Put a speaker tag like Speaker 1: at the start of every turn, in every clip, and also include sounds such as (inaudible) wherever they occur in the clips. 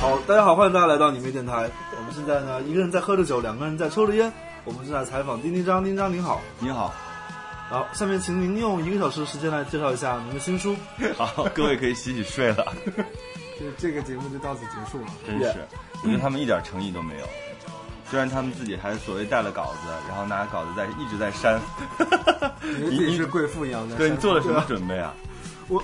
Speaker 1: 好，欢迎大家来到你妹电台。我们现在呢，一个人在喝着酒，两个人在抽着烟。我们正在采访丁丁张，丁张您好。
Speaker 2: 你好，
Speaker 1: 好，下面请您用一个小时时间来介绍一下您的新书。
Speaker 2: (laughs) 好，各位可以洗洗睡
Speaker 1: (laughs)
Speaker 2: 了，
Speaker 3: 就是这个节目就到此结束了。
Speaker 2: 真是，我觉得他们一点诚意都没有。虽然他们自己还所谓带了稿子，然后拿稿子在一直在
Speaker 1: (laughs)
Speaker 2: 删，
Speaker 3: 感觉自己是贵妇一样的。
Speaker 2: 对你做了什么准备啊？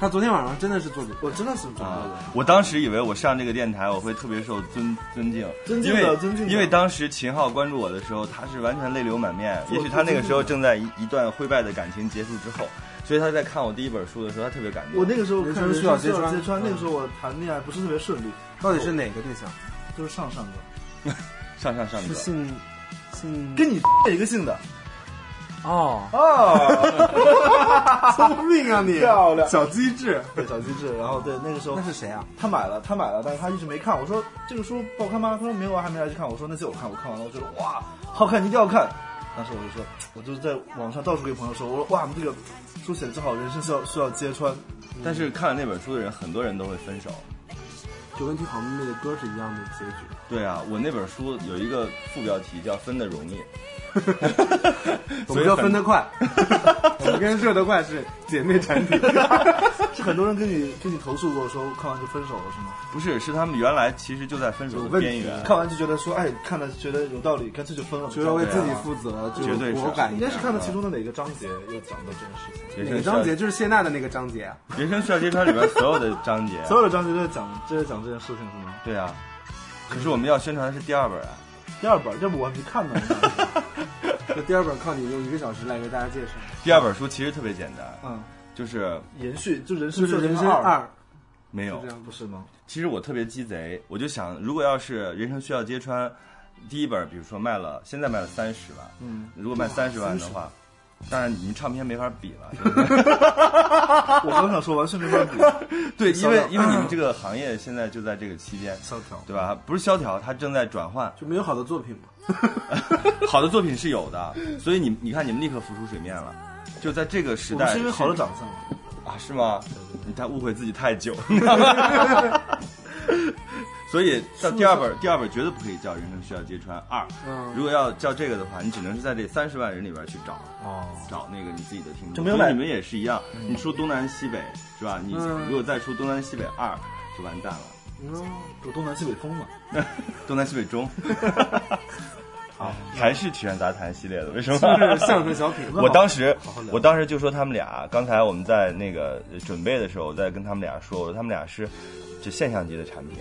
Speaker 3: 他昨天晚上真的是做准备，
Speaker 1: 我真的是不知道的。
Speaker 2: 啊！我当时以为我上这个电台我会特别受尊尊敬，
Speaker 1: 尊敬的
Speaker 2: 因为
Speaker 1: 尊敬的
Speaker 2: 因为当时秦昊关注我的时候，他是完全泪流满面。也许他那个时候正在一一段灰败的感情结束之后，所以他在看我第一本书的时候，他特别感动。
Speaker 1: 我那个时候
Speaker 3: 人
Speaker 1: 看
Speaker 3: 生
Speaker 1: 《
Speaker 3: 需要揭
Speaker 1: 揭
Speaker 3: 穿
Speaker 1: 揭穿
Speaker 3: 嗯》，
Speaker 1: 那个时候我谈恋爱不是特别顺利，
Speaker 3: 到底是哪个对象？
Speaker 1: 就是上上个，
Speaker 3: 嗯
Speaker 2: 上上上
Speaker 3: 是
Speaker 2: 个，
Speaker 3: 姓姓
Speaker 1: 跟你 (laughs) 一个姓的。
Speaker 3: 哦，
Speaker 1: 哦，
Speaker 3: (laughs) 聪明啊 (laughs) 你，
Speaker 1: 漂亮
Speaker 3: 小机智。
Speaker 1: 对，小机智。然后对那个时候
Speaker 3: 那是谁啊？
Speaker 1: 他买了，他买了，但是他一直没看。我说这个书不好看吗？他说没有啊，还没来得及看。我说那些我看，我看完了，我觉得哇，好看，你一定要看。当时我就说，我就在网上到处给朋友说，我说哇，我们这个书写的真好，人生需要需要揭穿。
Speaker 2: 但是看了那本书的人，很多人都会分手。
Speaker 3: 就跟听好妹妹的歌是一样的结局。 (laughs)
Speaker 2: 对啊，我那本书有一个副标题叫“分的容易”，
Speaker 3: 我
Speaker 2: 所
Speaker 3: 们
Speaker 2: 以
Speaker 3: 叫
Speaker 2: 很
Speaker 3: 分得快， (laughs) 我们跟热得快是姐妹产
Speaker 1: (laughs)
Speaker 3: 品。 (laughs)
Speaker 1: 是很多人跟你跟你投诉过，说看完就分手了是吗？
Speaker 2: 不是，是他们原来其实就在分手的边缘。
Speaker 1: 看完就觉得说，哎，看了觉得有道理，干脆就分了。
Speaker 3: 觉得为自己
Speaker 1: 对啊
Speaker 3: 负责，就
Speaker 2: 绝对是
Speaker 3: 果敢一
Speaker 1: 应
Speaker 3: 点
Speaker 1: 该是看到其中的哪个章节有讲到这件事情。
Speaker 2: 人
Speaker 3: 哪个
Speaker 2: 生
Speaker 3: 章
Speaker 2: 需
Speaker 3: 节？
Speaker 2: 要
Speaker 3: 就是谢娜的那个章节啊。
Speaker 2: 人生需要揭穿里面所有的章
Speaker 3: (laughs)
Speaker 2: 节。啊
Speaker 1: 所有的章节都在讲，都在讲这件事情是吗？
Speaker 2: 对啊，可是我们要宣传的是第二本啊。
Speaker 1: 第二本，这本我还没看呢。
Speaker 3: 那第二本靠你用一个小时来给大家介绍，
Speaker 2: 第二本书其实特别简单，
Speaker 1: 嗯，
Speaker 2: 就是
Speaker 1: (laughs) 延续就人生
Speaker 3: 就是《人生
Speaker 1: 二，
Speaker 3: 二》，
Speaker 2: 没有
Speaker 3: 是这。样
Speaker 1: 不是吗？
Speaker 2: 其实我特别鸡贼，我就想，如果要是人生需要揭穿，第一本比如说卖了，现在卖了三十万，
Speaker 1: 嗯，
Speaker 2: 如果卖三十万的话，当然你们唱片没法比了。
Speaker 3: (laughs)
Speaker 2: 对不对
Speaker 1: 我刚想说完全没法 (laughs) 比，
Speaker 2: 对，
Speaker 3: (laughs)
Speaker 2: 因为
Speaker 1: 萧条
Speaker 2: 因为你们这个行业现在就在这个期间，
Speaker 1: 萧条。
Speaker 2: 对吧？不是萧条，它正在转换。
Speaker 3: 就没有好的作品嘛。
Speaker 2: 好的作品是有的，所以你你看，你们立刻浮出水面了。就在这个时
Speaker 1: 我
Speaker 2: 代
Speaker 1: 们
Speaker 2: 是，
Speaker 1: 是因为好的长相，
Speaker 2: 啊，是吗？你太误会自己太久。 (laughs) 所以到第二本，第二本绝对不可以叫《人生需要揭穿二》。
Speaker 3: 嗯
Speaker 2: 如果要叫这个的话，你只能是在这三十万人里边去找
Speaker 3: 哦，
Speaker 2: 找那个你自己的听
Speaker 1: 就
Speaker 2: 众。
Speaker 1: 没有嗯
Speaker 2: 所以
Speaker 1: 买
Speaker 2: 你们也是一样，你出东南西北是吧？你
Speaker 3: 嗯
Speaker 2: 如果再出东南西北二，就完蛋了。
Speaker 1: 有东南西北风嘛。
Speaker 2: 东南西北
Speaker 1: (laughs)
Speaker 2: 中，
Speaker 1: 好，
Speaker 2: 还是曲苑杂谈系列的，为什么？
Speaker 3: 就是相声小品。
Speaker 2: 我当时
Speaker 1: 好好聊，
Speaker 2: 我当时就说他们俩，刚才我们在那个呃准备的时候，我在跟他们俩说，我说他们俩是就现象级的产品，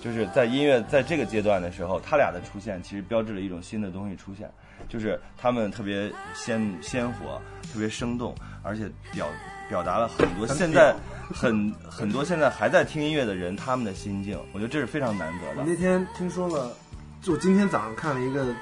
Speaker 2: 就是在音乐在这个阶段的时候，他俩的出现其实标志了一种新的东西出现，就是他们特别鲜鲜活，特别生动，而且表表达了很多现在很很多现在还在听音乐的人他们的心境，我觉得这是非常难得
Speaker 3: 我
Speaker 1: 嗯
Speaker 2: 的。
Speaker 3: 那天听说了，就我今天早上看了一个，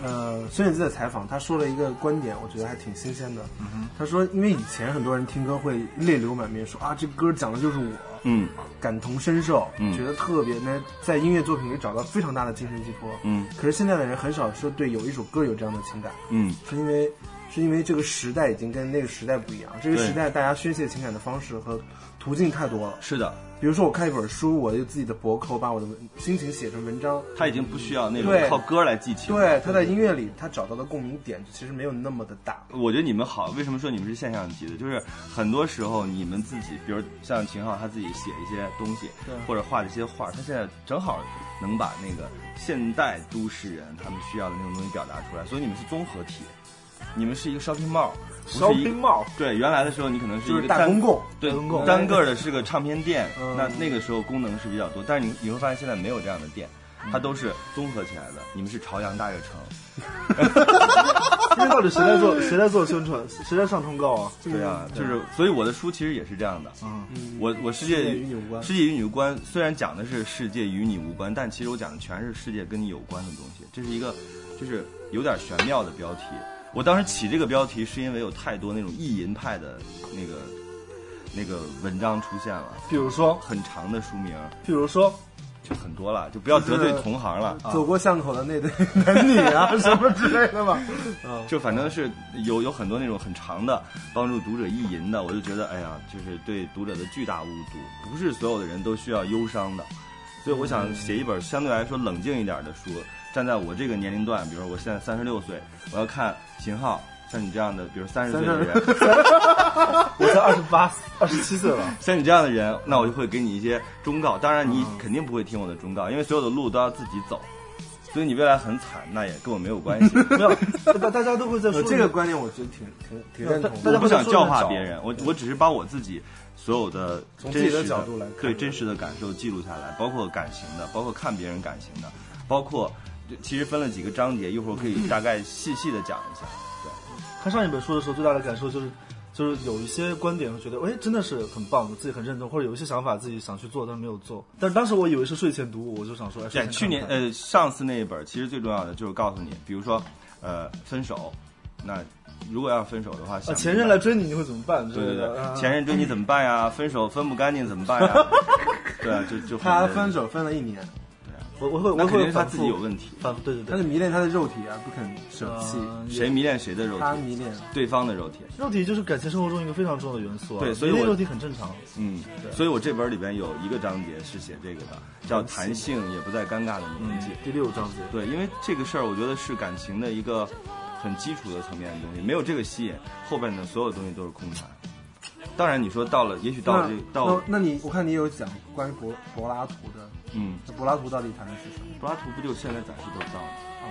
Speaker 3: 呃，孙燕姿的采访，她说了一个观点，我觉得还挺新鲜的。
Speaker 2: 嗯
Speaker 3: 她说，因为以前很多人听歌会泪流满面，说啊，这歌讲的就是我，
Speaker 2: 嗯
Speaker 3: 感同身受，
Speaker 2: 嗯
Speaker 3: 觉得特别那在音乐作品里找到非常大的精神寄托。
Speaker 2: 嗯
Speaker 3: 可是现在的人很少说对有一首歌有这样的情感，
Speaker 2: 嗯，
Speaker 3: 是因为是因为这个时代已经跟那个时代不一样，这个
Speaker 2: 对
Speaker 3: 时代大家宣泄情感的方式和途径太多了。
Speaker 2: 是的，
Speaker 3: 比如说我看一本书，我就自己的博客，我把我的文心情写成文章。
Speaker 2: 他已经不需要那种
Speaker 3: 对
Speaker 2: 靠歌来记情。
Speaker 3: 对，他在音乐里他找到的共鸣点其实没有那么的大。
Speaker 2: 我觉得你们好，为什么说你们是现象级的？就是很多时候你们自己，比如像秦昊他自己写一些东西，或者画的一些画，他现在正好能把那个现代都市人他们需要的那种东西表达出来，所以你们是综合体，你们是一个 shopping mall，不是一个
Speaker 1: shopping (laughs) mall
Speaker 2: 对，原来的时候你可能是一
Speaker 3: 就是
Speaker 2: 个
Speaker 3: 大
Speaker 2: 单
Speaker 3: 公共
Speaker 2: 对
Speaker 1: 大公共
Speaker 2: 单个的是个唱片店，
Speaker 3: 嗯
Speaker 2: 那那个时候功能是比较多，但是你你会发现现在没有这样的店，它都是综合起来的。你们是朝阳大悦城，
Speaker 1: 那到底谁在 (laughs) 做谁在做宣传，谁在上通告啊？
Speaker 2: 对啊，
Speaker 3: 嗯
Speaker 2: 就是所以我的书其实也是这样的，啊
Speaker 1: 嗯，
Speaker 2: 我我世界
Speaker 3: 世界与你无关
Speaker 2: 世界与你无关。虽然讲的是世界与你无关，但其实我讲的全是世界跟你有关的东西。这是一个，就是有点玄妙的标题。我当时起这个标题是因为有太多那种意淫派的那个那个文章出现了，
Speaker 1: 比如说，
Speaker 2: 很长的书名
Speaker 1: 比如说，
Speaker 2: 就很多了，就不要得罪同行了。啊
Speaker 3: 走过巷口的那对 (laughs) 男女 (laughs) 啊，什么之类的嘛。
Speaker 2: 就反正是有有很多那种很长的帮助读者意淫的，我就觉得哎呀，就是对读者的巨大侮辱。不是所有的人都需要忧伤的，所以我想写一本相对来说冷静一点的书，站在我这个年龄段，比如说我现在三十六岁，我要看秦昊。像你这样的，比如三十岁的人，
Speaker 1: 我才二十八、二十七岁 (laughs) 了，
Speaker 2: 像你这样的人，那我就会给你一些忠告。当然，你肯定不会听我的忠告，因为所有的路都要自己走，所以你未来很惨，那也跟我没有关系。 (laughs)
Speaker 1: 没有，大大家都会在
Speaker 3: 呃
Speaker 1: 说
Speaker 3: 这个观点我觉得挺挺挺认同
Speaker 1: 大
Speaker 2: 我
Speaker 1: 家
Speaker 3: 的。嗯
Speaker 2: 不想教化
Speaker 1: 不能说
Speaker 2: 别人，我我只是把我自己所有的
Speaker 3: 从
Speaker 2: 真
Speaker 3: 自己的
Speaker 2: 实
Speaker 3: 角度来看
Speaker 2: 对真实的感受记录下来，包括感情的，包括看别人感情的，包括这其实分了几个章节，一会儿我可以大概细细的讲一下。
Speaker 1: 看上一本书的时候，最大的感受就是，就是有一些观点会觉得，哎，真的是很棒，我自己很认同，或者有一些想法自己想去做，但是没有做。但是当时我以为是睡前读物，我就想说，哎，睡
Speaker 2: 对，
Speaker 1: 前
Speaker 2: 去年
Speaker 1: 看看
Speaker 2: 呃上次那一本，其实最重要的就是告诉你，比如说呃分手，那如果要分手的话，
Speaker 1: 啊
Speaker 3: 哦
Speaker 2: 想
Speaker 1: 前任来追你，你会怎么办？
Speaker 2: 对对
Speaker 3: 嗯
Speaker 1: 之类的
Speaker 2: 对，
Speaker 1: 啊
Speaker 2: 前任追你怎么办呀？分手分不干净怎么办呀？ (laughs) 对啊，就就
Speaker 3: 他
Speaker 2: 很
Speaker 3: 分，手分了一年，
Speaker 1: 我我会我
Speaker 2: 那肯定
Speaker 1: 会
Speaker 2: 是他
Speaker 1: 反复
Speaker 2: 自己有问题。
Speaker 1: 反复对对
Speaker 3: 他
Speaker 1: 对
Speaker 3: 是，迷恋他的肉体啊，不肯舍弃。
Speaker 1: 嗯
Speaker 2: 谁迷恋谁的肉
Speaker 3: 他
Speaker 2: 体？
Speaker 3: 迷恋，
Speaker 2: 对方的肉体。
Speaker 1: 肉体就是感情生活中一个非常重要的元素啊，
Speaker 2: 对所以
Speaker 1: 迷恋
Speaker 2: 我
Speaker 1: 肉体很正常。
Speaker 2: 嗯，所以我这本里边有一个章节是写这个的，叫“谈性也不再尴尬的年纪”
Speaker 3: 嗯
Speaker 1: 第六章节，
Speaker 2: 对，因为这个事儿，我觉得是感情的一个很基础的层面的东西，没有这个吸引，后边的所有东西都是空谈。当然，你说到了，也许到
Speaker 3: 那
Speaker 2: 了这个到
Speaker 3: 那那你我看你有讲关于柏柏拉图的，
Speaker 2: 嗯，
Speaker 3: 那柏拉图到底谈的是什么？
Speaker 2: 柏拉图不就现在暂时得不到吗？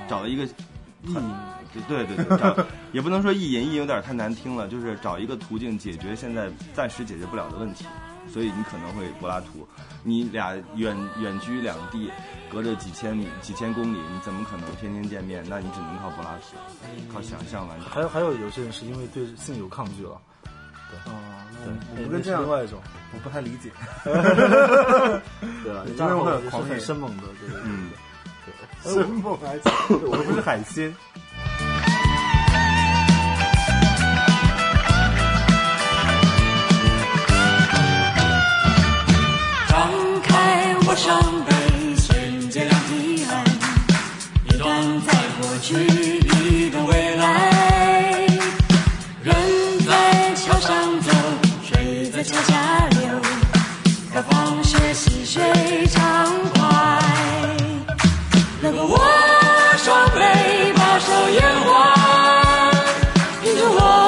Speaker 2: 找了一个
Speaker 3: 意淫，
Speaker 2: 对对对，找也不能说意淫，意淫有点太难听了，就是找一个途径解决现在暂时解决不了的问题，所以你可能会柏拉图，你俩远远居两地，隔着几千米、几千公里，你怎么可能天天见面？那你只能靠柏拉图，靠想象完成。
Speaker 1: 还有还有有些人是因为对性有抗拒了，
Speaker 3: 哦，
Speaker 1: 对，
Speaker 3: 那
Speaker 1: 也
Speaker 3: 我我
Speaker 1: 也
Speaker 3: 跟
Speaker 1: 是
Speaker 3: 这样
Speaker 1: 另外一种，
Speaker 3: 我不太理 (laughs) 解。
Speaker 1: 对啊吧？
Speaker 3: 对
Speaker 1: 战
Speaker 3: 因为
Speaker 1: 后
Speaker 3: 我很
Speaker 1: 也是
Speaker 3: 狂野
Speaker 1: 很生猛的，对对对。
Speaker 2: 嗯，
Speaker 3: 生猛还 (laughs) 是我不是海鲜。
Speaker 4: 张开我伤悲，衔接两极岸，一段在过去，一段未来。人在桥上走，水在桥下流，何妨学习水畅快。那个我双臂把手言欢，迎着我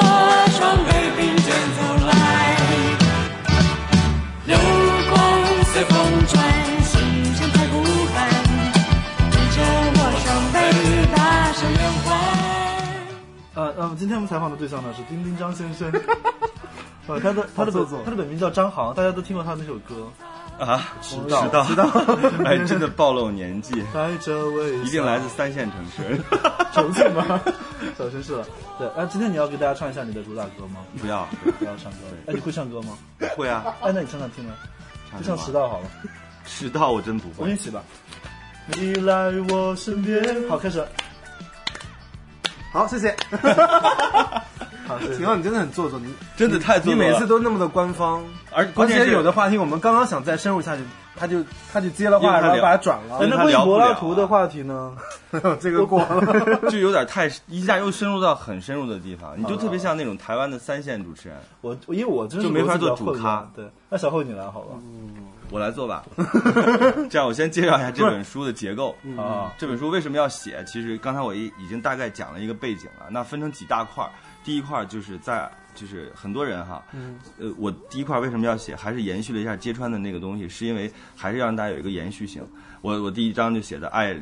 Speaker 4: 双臂并肩走来。流光随风转，心情太孤寒，跟着我双臂大声圆环。
Speaker 1: 呃呃，今天我们采访的对象呢是丁丁张先
Speaker 2: (laughs)
Speaker 1: 生，呃，他的他的
Speaker 3: 好做
Speaker 1: 本
Speaker 3: 作
Speaker 1: 他的本名叫张航，大家都听过他那首歌，
Speaker 2: 啊，迟
Speaker 1: 到
Speaker 2: 到，迟到， (laughs) 哎，真的暴露年纪，
Speaker 1: 带着微笑，
Speaker 2: 一定来自三线城市。
Speaker 1: 重庆
Speaker 2: (laughs)
Speaker 1: 吗？小城市了。对，哎、今天你要给大家唱一下你的主打歌吗？
Speaker 2: 不要，
Speaker 1: 不要唱歌。哎，你会唱歌吗？
Speaker 2: 不会啊，
Speaker 1: 哎，那你唱唱听啊，
Speaker 2: 唱
Speaker 1: 就
Speaker 2: 什
Speaker 1: 唱
Speaker 2: 么
Speaker 1: 迟，到好了，
Speaker 2: 迟到我真不
Speaker 1: 我们
Speaker 2: 会
Speaker 1: 一。起吧。你来我身边，好，开始。
Speaker 3: 好，谢谢。
Speaker 1: 好，谢谢
Speaker 2: 啊
Speaker 3: 秦昊，你真的很做作，你
Speaker 2: 真的太做
Speaker 3: 你
Speaker 2: 作了
Speaker 3: 每次都那么的官方，
Speaker 2: 而
Speaker 3: 而
Speaker 2: 关键
Speaker 3: 且
Speaker 2: 是
Speaker 3: 有的话题我们刚刚想再深入下去，他就他就接了
Speaker 2: 因为
Speaker 3: 话，
Speaker 2: 他
Speaker 3: 然后
Speaker 2: 聊
Speaker 3: 把它转
Speaker 1: 哎，
Speaker 2: 因
Speaker 3: 了，
Speaker 2: 为他
Speaker 1: 那关于
Speaker 2: 聊不
Speaker 1: 柏
Speaker 2: 了
Speaker 1: 拉
Speaker 2: 啊
Speaker 1: 图的话题呢？
Speaker 3: (laughs) 这个过了。
Speaker 2: 就有点太一下又深入到很深入的地方，你就特别像那种台湾的三线主持人，
Speaker 1: 我因为我真是
Speaker 2: 就没
Speaker 1: 逻
Speaker 2: 法
Speaker 1: 辑比较
Speaker 2: 做主
Speaker 1: 混
Speaker 2: 咖嗯
Speaker 1: 乱对，那小慧你来好吧？
Speaker 2: (laughs) 我来做吧。这样，我先介绍一下这本书的结构啊。这本书为什么要写？其实刚才我已已经大概讲了一个背景了。那分成几大块儿，第一块儿就是在就是很多人哈，呃，我第一块儿为什么要写？还是延续了一下揭穿的那个东西，是因为还是要让大家有一个延续性。我我第一章就写的爱，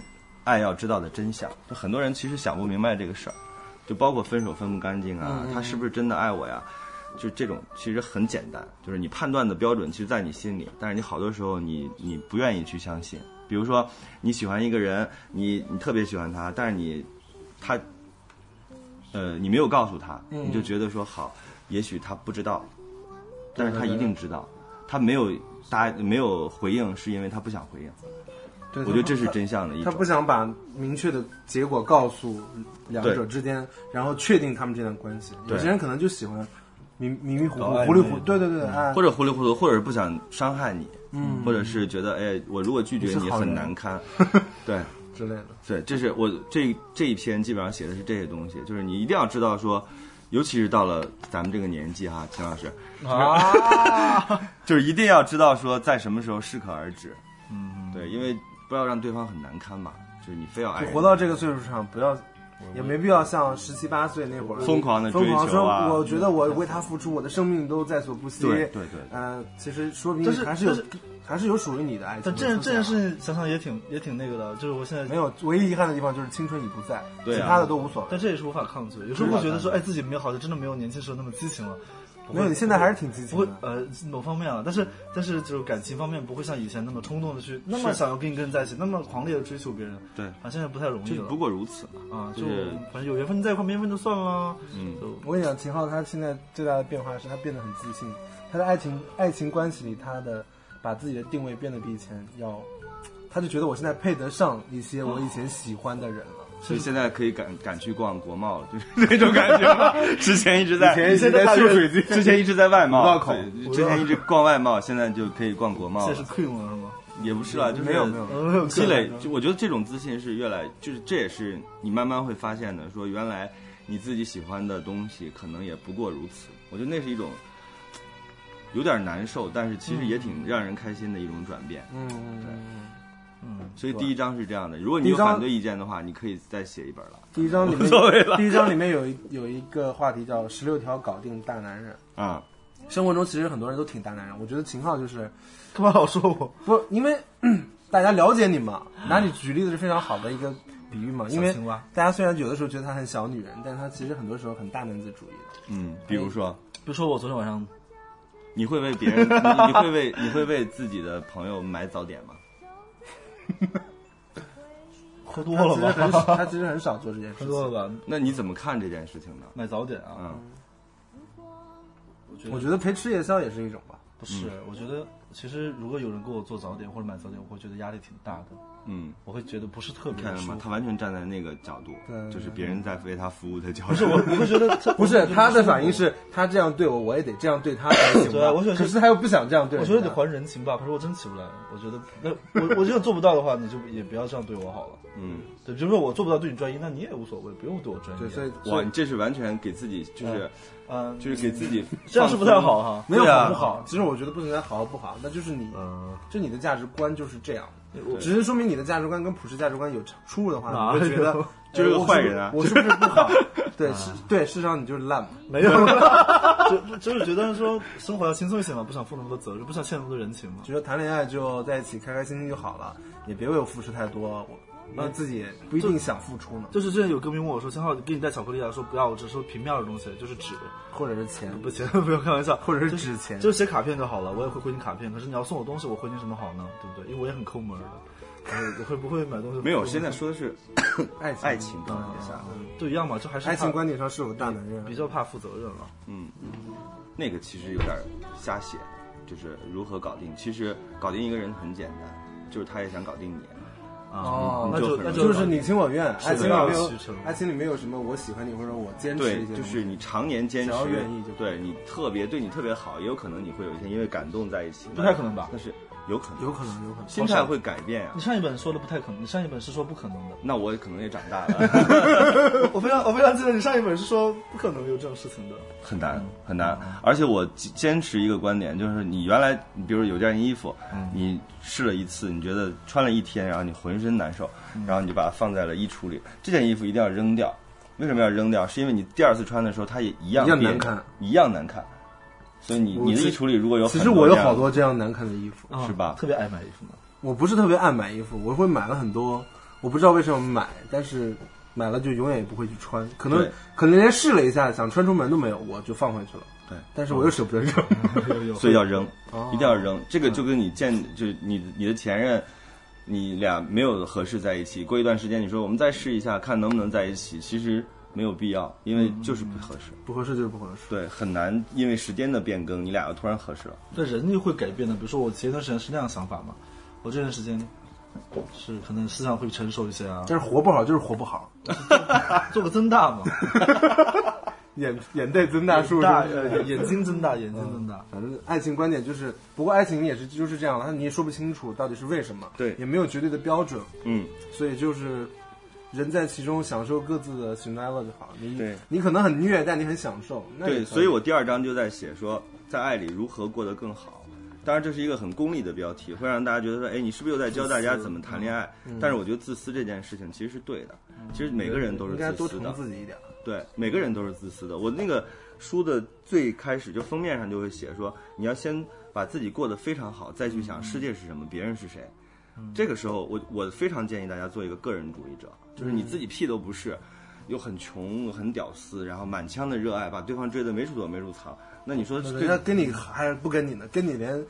Speaker 2: 爱要知道的真相。就很多人其实想不明白这个事儿，就包括分手分不干净啊，他是不是真的爱我呀？就这种其实很简单，就是你判断的标准其实在你心里，但是你好多时候你你不愿意去相信。比如说你喜欢一个人，你你特别喜欢他，但是你他呃你没有告诉他，你就觉得说好，也许他不知道，但是他一定知道，他没有答没有回应是因为他不想回应。
Speaker 3: 对 (laughs)
Speaker 2: 我觉得这是真相的一
Speaker 3: 他
Speaker 2: 种
Speaker 3: 不。想把明确的结果告诉两者之间，然后确定他们这段关系。
Speaker 2: 对
Speaker 3: 有些人可能就喜欢迷迷迷糊糊
Speaker 1: 搞、暧昧
Speaker 3: 糊里糊，对对对，哎，
Speaker 2: 或者糊里糊涂，或者是不想伤害你，嗯，或者是觉得哎，我如果拒绝
Speaker 3: 你
Speaker 2: 你
Speaker 3: 是好
Speaker 2: 很
Speaker 3: 人
Speaker 2: 难
Speaker 3: (laughs)
Speaker 2: 堪，对，
Speaker 3: 之类的。
Speaker 2: 对，这是我这这一篇基本上写的是这些东西，就是你一定要知道说，尤其是到了咱们这个年纪哈，秦老师，
Speaker 1: 啊，
Speaker 2: 就是一定要知道说在什么时候适可而止。嗯，对，对，因为不要让对方很难堪嘛，就是你非要爱
Speaker 3: 就
Speaker 2: 人
Speaker 3: 活到这个岁数上，不要也没必要像十七八岁那会儿
Speaker 2: 疯狂地追
Speaker 3: 疯狂
Speaker 2: 求啊
Speaker 3: 说，我觉得我为他付出，我的生命都在所不惜。
Speaker 2: 对对对
Speaker 3: 呃，其实说明
Speaker 1: 但是
Speaker 3: 还是有
Speaker 1: 但是
Speaker 3: 还是有属于你的爱情
Speaker 1: 但
Speaker 3: 的
Speaker 1: 这
Speaker 3: 存
Speaker 1: 件
Speaker 3: 在
Speaker 1: 这件事情想想也挺也挺那个的，就是我现在
Speaker 3: 没有，唯一遗憾的地方就是青春已不在，
Speaker 2: 对啊
Speaker 3: 其他的都无所谓
Speaker 1: 但。这也是无法抗拒的。有时候会觉得说，哎，自己没有好像真的没有年轻时候那么激情了。不会
Speaker 3: 没有，你现在还是挺激
Speaker 1: 不
Speaker 3: 情
Speaker 1: 会
Speaker 3: 的。
Speaker 1: 呃某方面了，但是但是就是感情方面不会像以前那么冲动的去那么想要跟一个人在一起，那么狂烈的追求别人。
Speaker 2: 对
Speaker 1: 啊，现在不太容易
Speaker 2: 就是
Speaker 1: 了。
Speaker 2: 不过如此嘛。
Speaker 1: 啊，就
Speaker 2: 就是
Speaker 1: 反正有缘分在一块，没缘分就算了。啊
Speaker 2: 嗯
Speaker 1: 就
Speaker 3: 我跟你讲，秦昊他现在最大的变化是他变得很自信，他的爱情爱情关系里，他的把自己的定位变得比以前要，他就觉得我现在配得上一些我以前喜欢的人了。
Speaker 2: 所以现在可以敢敢去逛国贸了，就是那种感觉
Speaker 3: (laughs)
Speaker 2: 吧。之前一直在，
Speaker 3: 以前一直在
Speaker 2: 大
Speaker 3: 秀
Speaker 2: 学
Speaker 3: 水晶
Speaker 2: 之前一直在外贸
Speaker 3: 五道口
Speaker 2: 对之前一直逛外贸，现在就可以逛国贸
Speaker 1: 这
Speaker 2: 了
Speaker 1: 是。queen 了是吗？
Speaker 2: 也不是啦，就是
Speaker 3: 没有没有
Speaker 1: 呃
Speaker 2: 积累，就我觉得这种自信是越来，就是这也是你慢慢会发现的，说原来你自己喜欢的东西可能也不过如此。我觉得那是一种有点难受，但是其实也挺让人开心的一种转变。
Speaker 3: 嗯嗯，嗯
Speaker 1: 嗯，
Speaker 2: 所以第一章是这样的，如果你
Speaker 3: 第一
Speaker 2: 有
Speaker 3: 章
Speaker 2: 反对意见的话，你可以再写一本了
Speaker 3: 第一章里
Speaker 2: 无所谓了
Speaker 3: 面，第一章里面有一有一个话题叫“十六条搞定大男人
Speaker 2: 啊。”。
Speaker 3: 生活中其实很多人都挺大男人，我觉得秦昊就是
Speaker 1: (laughs) 干嘛老说我？
Speaker 3: 不因为 (clears throat) 大家了解你嘛，拿你举例子是非常好的一个比喻嘛。因为
Speaker 1: 小青蛙
Speaker 3: 大家虽然有的时候觉得他很小女人，但他其实很多时候很大男子主义的。
Speaker 2: 嗯，比如说，
Speaker 1: 比如说我昨天晚上
Speaker 2: 你会为别人，你你会为你会为自己的朋友买早点吗？
Speaker 1: 喝多了
Speaker 3: 他其实很
Speaker 1: 吧，
Speaker 3: 他其实很少做这件事
Speaker 1: (laughs) 喝
Speaker 3: 情。
Speaker 1: 多了吧，
Speaker 2: 那你怎么看这件事情呢？
Speaker 1: 买早点啊。
Speaker 2: 嗯，
Speaker 3: 我觉得陪吃夜宵也是一种吧。
Speaker 1: 不是，我觉得其实如果有人给我做早点或者买早点，我会觉得压力挺大的，
Speaker 2: 嗯，
Speaker 1: 我会觉得不是特别
Speaker 2: 看什
Speaker 1: 舒
Speaker 2: 么？他
Speaker 1: 服。
Speaker 2: 完全站在那个角度，
Speaker 3: 对
Speaker 2: 就是别人在为他服务的角度。
Speaker 1: 不是我， (laughs) 我会觉得这
Speaker 3: (laughs) 不是他的反应，
Speaker 1: 我会觉得不舒服
Speaker 3: 是他这样对我，我也得这样对他才行吧。
Speaker 1: 对啊我觉得是
Speaker 3: 可是他又不想这样对
Speaker 1: 我
Speaker 3: 人
Speaker 1: 觉
Speaker 3: 家。
Speaker 1: 得得还人情吧，可是我真起不来。我觉得那我我觉得做不到的话，你就也不要这样对我好了。
Speaker 2: 嗯，
Speaker 1: 对，比如说我做不到对你专一，那你也无所谓，不用对我专一。啊
Speaker 3: 对，所以
Speaker 2: 哇，你这是完全给自己，就是、
Speaker 1: 嗯，
Speaker 2: 就是给自己
Speaker 1: 这样是不太好
Speaker 2: 放松。
Speaker 1: 哈。
Speaker 3: 没有
Speaker 2: 对啊
Speaker 3: 好不好，其实我觉得不存在好和不好，那就是你，
Speaker 1: 嗯，
Speaker 3: 就你的价值观就是这样
Speaker 1: 我。
Speaker 3: 只是说明你的价值观跟普世价值观有出入的
Speaker 1: 哪
Speaker 3: 话，你会觉得
Speaker 1: 有
Speaker 2: 就是个
Speaker 3: 哎我不
Speaker 2: 坏人啊
Speaker 3: 我是不是不好？对，是，对，事实上你就是烂嘛。
Speaker 1: 没有了， (laughs) 就就是觉得说生活要轻松一些嘛，不想负那么多责任，不想欠那么多人情嘛。
Speaker 3: 觉得谈恋爱就在一起开开心心就好了，也别为我付出太多，我因为自己也不一定想付出呢，
Speaker 1: 就是之前有歌迷问我说：“三号，给你带巧克力啊？”说不要，我只收平面的东西，就是纸，
Speaker 3: 或者是钱，
Speaker 1: 不行， (laughs) 不要开玩笑，
Speaker 3: 或者是
Speaker 1: 就
Speaker 3: 纸钱
Speaker 1: 就是写卡片就好了，我也会回你卡片。可是你要送我东西，我回你什么好呢？对不对？因为我也很抠门的，我我会不会买东西？
Speaker 2: 没有，现在说的是
Speaker 3: 爱情啊嗯
Speaker 2: 爱情观念上，
Speaker 1: 对一样嘛，就还是
Speaker 3: 爱情
Speaker 1: 怕
Speaker 3: 观点上是否大男人
Speaker 1: 比？较怕负责任啊了。
Speaker 2: 嗯，那个其实有点瞎写，就是如何搞定。其实搞定一个人很简单，就是他也想搞定你。
Speaker 1: 啊，那
Speaker 2: 就
Speaker 1: 就
Speaker 2: 很
Speaker 1: 那
Speaker 2: 容易
Speaker 3: 就是你情我愿，爱情里没有
Speaker 1: 水到渠成
Speaker 3: 爱情里没有什么我喜欢你或者我坚持
Speaker 2: 对
Speaker 3: 一些，
Speaker 2: 就
Speaker 3: 东西
Speaker 2: 是你常年坚持，
Speaker 3: 只要愿意就可以
Speaker 2: 对你特别对你特别好，也有可能你会有一天因为感动在一起，
Speaker 1: 不太可能吧
Speaker 2: 但是有可能，
Speaker 3: 有可能有可能。
Speaker 2: 心态会改变呀、
Speaker 1: 你上一本说的不太可能，你上一本是说不可能的。
Speaker 2: 那我可能也长大
Speaker 3: (laughs)
Speaker 2: 了，
Speaker 1: 我非常我非常记得你上一本是说不可能有这种事情的。
Speaker 2: 很
Speaker 3: 嗯
Speaker 2: 难很难。而且我坚坚持一个观点，就是你原来，你比如有件衣服，
Speaker 3: 嗯
Speaker 2: 你试了一次，你觉得穿了一天，然后你浑身难受，
Speaker 3: 嗯
Speaker 2: 然后你就把它放在了衣橱里，这件衣服一定要扔掉。为什么要扔掉？是因为你第二次穿的时候，它也一样
Speaker 3: 一样
Speaker 2: 别
Speaker 3: 难看，
Speaker 2: 一样难看。所以你
Speaker 3: 我
Speaker 2: 你的
Speaker 3: 其
Speaker 2: 衣橱里如果有
Speaker 3: 其
Speaker 2: 很啊
Speaker 3: 实我有
Speaker 2: 这样
Speaker 3: 好多这样难看的衣服，
Speaker 2: 是吧
Speaker 1: 啊特别爱买衣服嘛。
Speaker 3: 我不是特别爱买衣服，我会买了很多，我不知道为什么买，但是买了就永远也不会去穿，可能
Speaker 2: 对
Speaker 3: 可能连试了一下，想穿出门都没有，我就放回去了。
Speaker 2: 对嗯
Speaker 3: 但是我又舍不得扔。
Speaker 1: 有有
Speaker 2: 所以要扔，
Speaker 3: 哦
Speaker 2: 一定要扔。这
Speaker 3: 嗯
Speaker 2: 个就跟你见，就是你你的前任，你俩没有合适在一起，过一段时间你说我们再试一下，看能不能在一起，其实没有必要，因为
Speaker 3: 嗯
Speaker 2: 就是不合适。
Speaker 3: (laughs) 不合适就是不合适。
Speaker 2: 对，很难因为时间的变更，你俩又突然合适了。
Speaker 1: 那人就会改变的。比如说我前一段时间是那样想法嘛，我这段时间是可能思想会成熟一些啊，
Speaker 3: 但是活不好就是活不好，
Speaker 1: 做个增大 (laughs) 嘛，
Speaker 3: 眼眼袋增大术
Speaker 1: 大
Speaker 3: 是不是
Speaker 1: 呃眼睛增大，眼睛增大。
Speaker 3: 反正爱情观点就是，不过爱情也是就是这样了，你也说不清楚到底是为什么，
Speaker 2: 对
Speaker 3: 也没有绝对的标准，
Speaker 2: 嗯，
Speaker 3: 所以就是人在其中享受各自的喜怒哀乐就好。你
Speaker 2: 对
Speaker 3: 你可能很虐，但你很享受。那也
Speaker 2: 对，
Speaker 3: 可
Speaker 2: 所以我第二章就在写说，在爱里如何过得更好。当然这是一个很功利的标题，会让大家觉得说，哎，你是不是又在教大家怎么
Speaker 3: 嗯
Speaker 2: 谈恋爱？但是我觉得自私这件事情其实是对的，其实每个人都是
Speaker 3: 应
Speaker 2: 自
Speaker 3: 该多
Speaker 2: 私
Speaker 3: 疼
Speaker 2: 的，
Speaker 3: 自己一点。
Speaker 2: 对，每个人都是自私的。我那个书的最开始就封面上就会写说，你要先把自己过得非常好，再去想世界是什么，别人是谁。这个时候我，我非常建议大家做一个个人主义者，就是你自己屁都不是，又很穷，很屌丝，然后满腔的热爱，把对方追得没处躲没处藏。那你说
Speaker 3: 人家
Speaker 2: 对
Speaker 3: 跟你还是不跟你呢，跟你连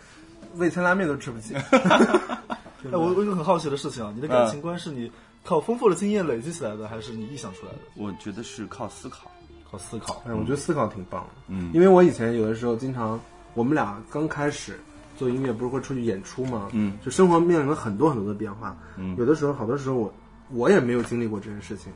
Speaker 3: 味千拉面都吃
Speaker 2: (laughs)
Speaker 3: 不起。
Speaker 1: 哎，我我有一个很好奇的事情啊，你的感情观是你靠丰富的经验累积起来的，还是你臆想出来的？
Speaker 2: 我觉得是靠思考。
Speaker 1: 靠思考。
Speaker 3: 哎，我觉得思考挺棒的，
Speaker 2: 嗯
Speaker 3: 因为我以前有的时候经常，我们俩刚开始做音乐，不是会出去演出吗？
Speaker 2: 嗯，
Speaker 3: 就生活面临了很多很多的变化，
Speaker 2: 嗯
Speaker 3: 有的时候，好多时候我我也没有经历过这件事情，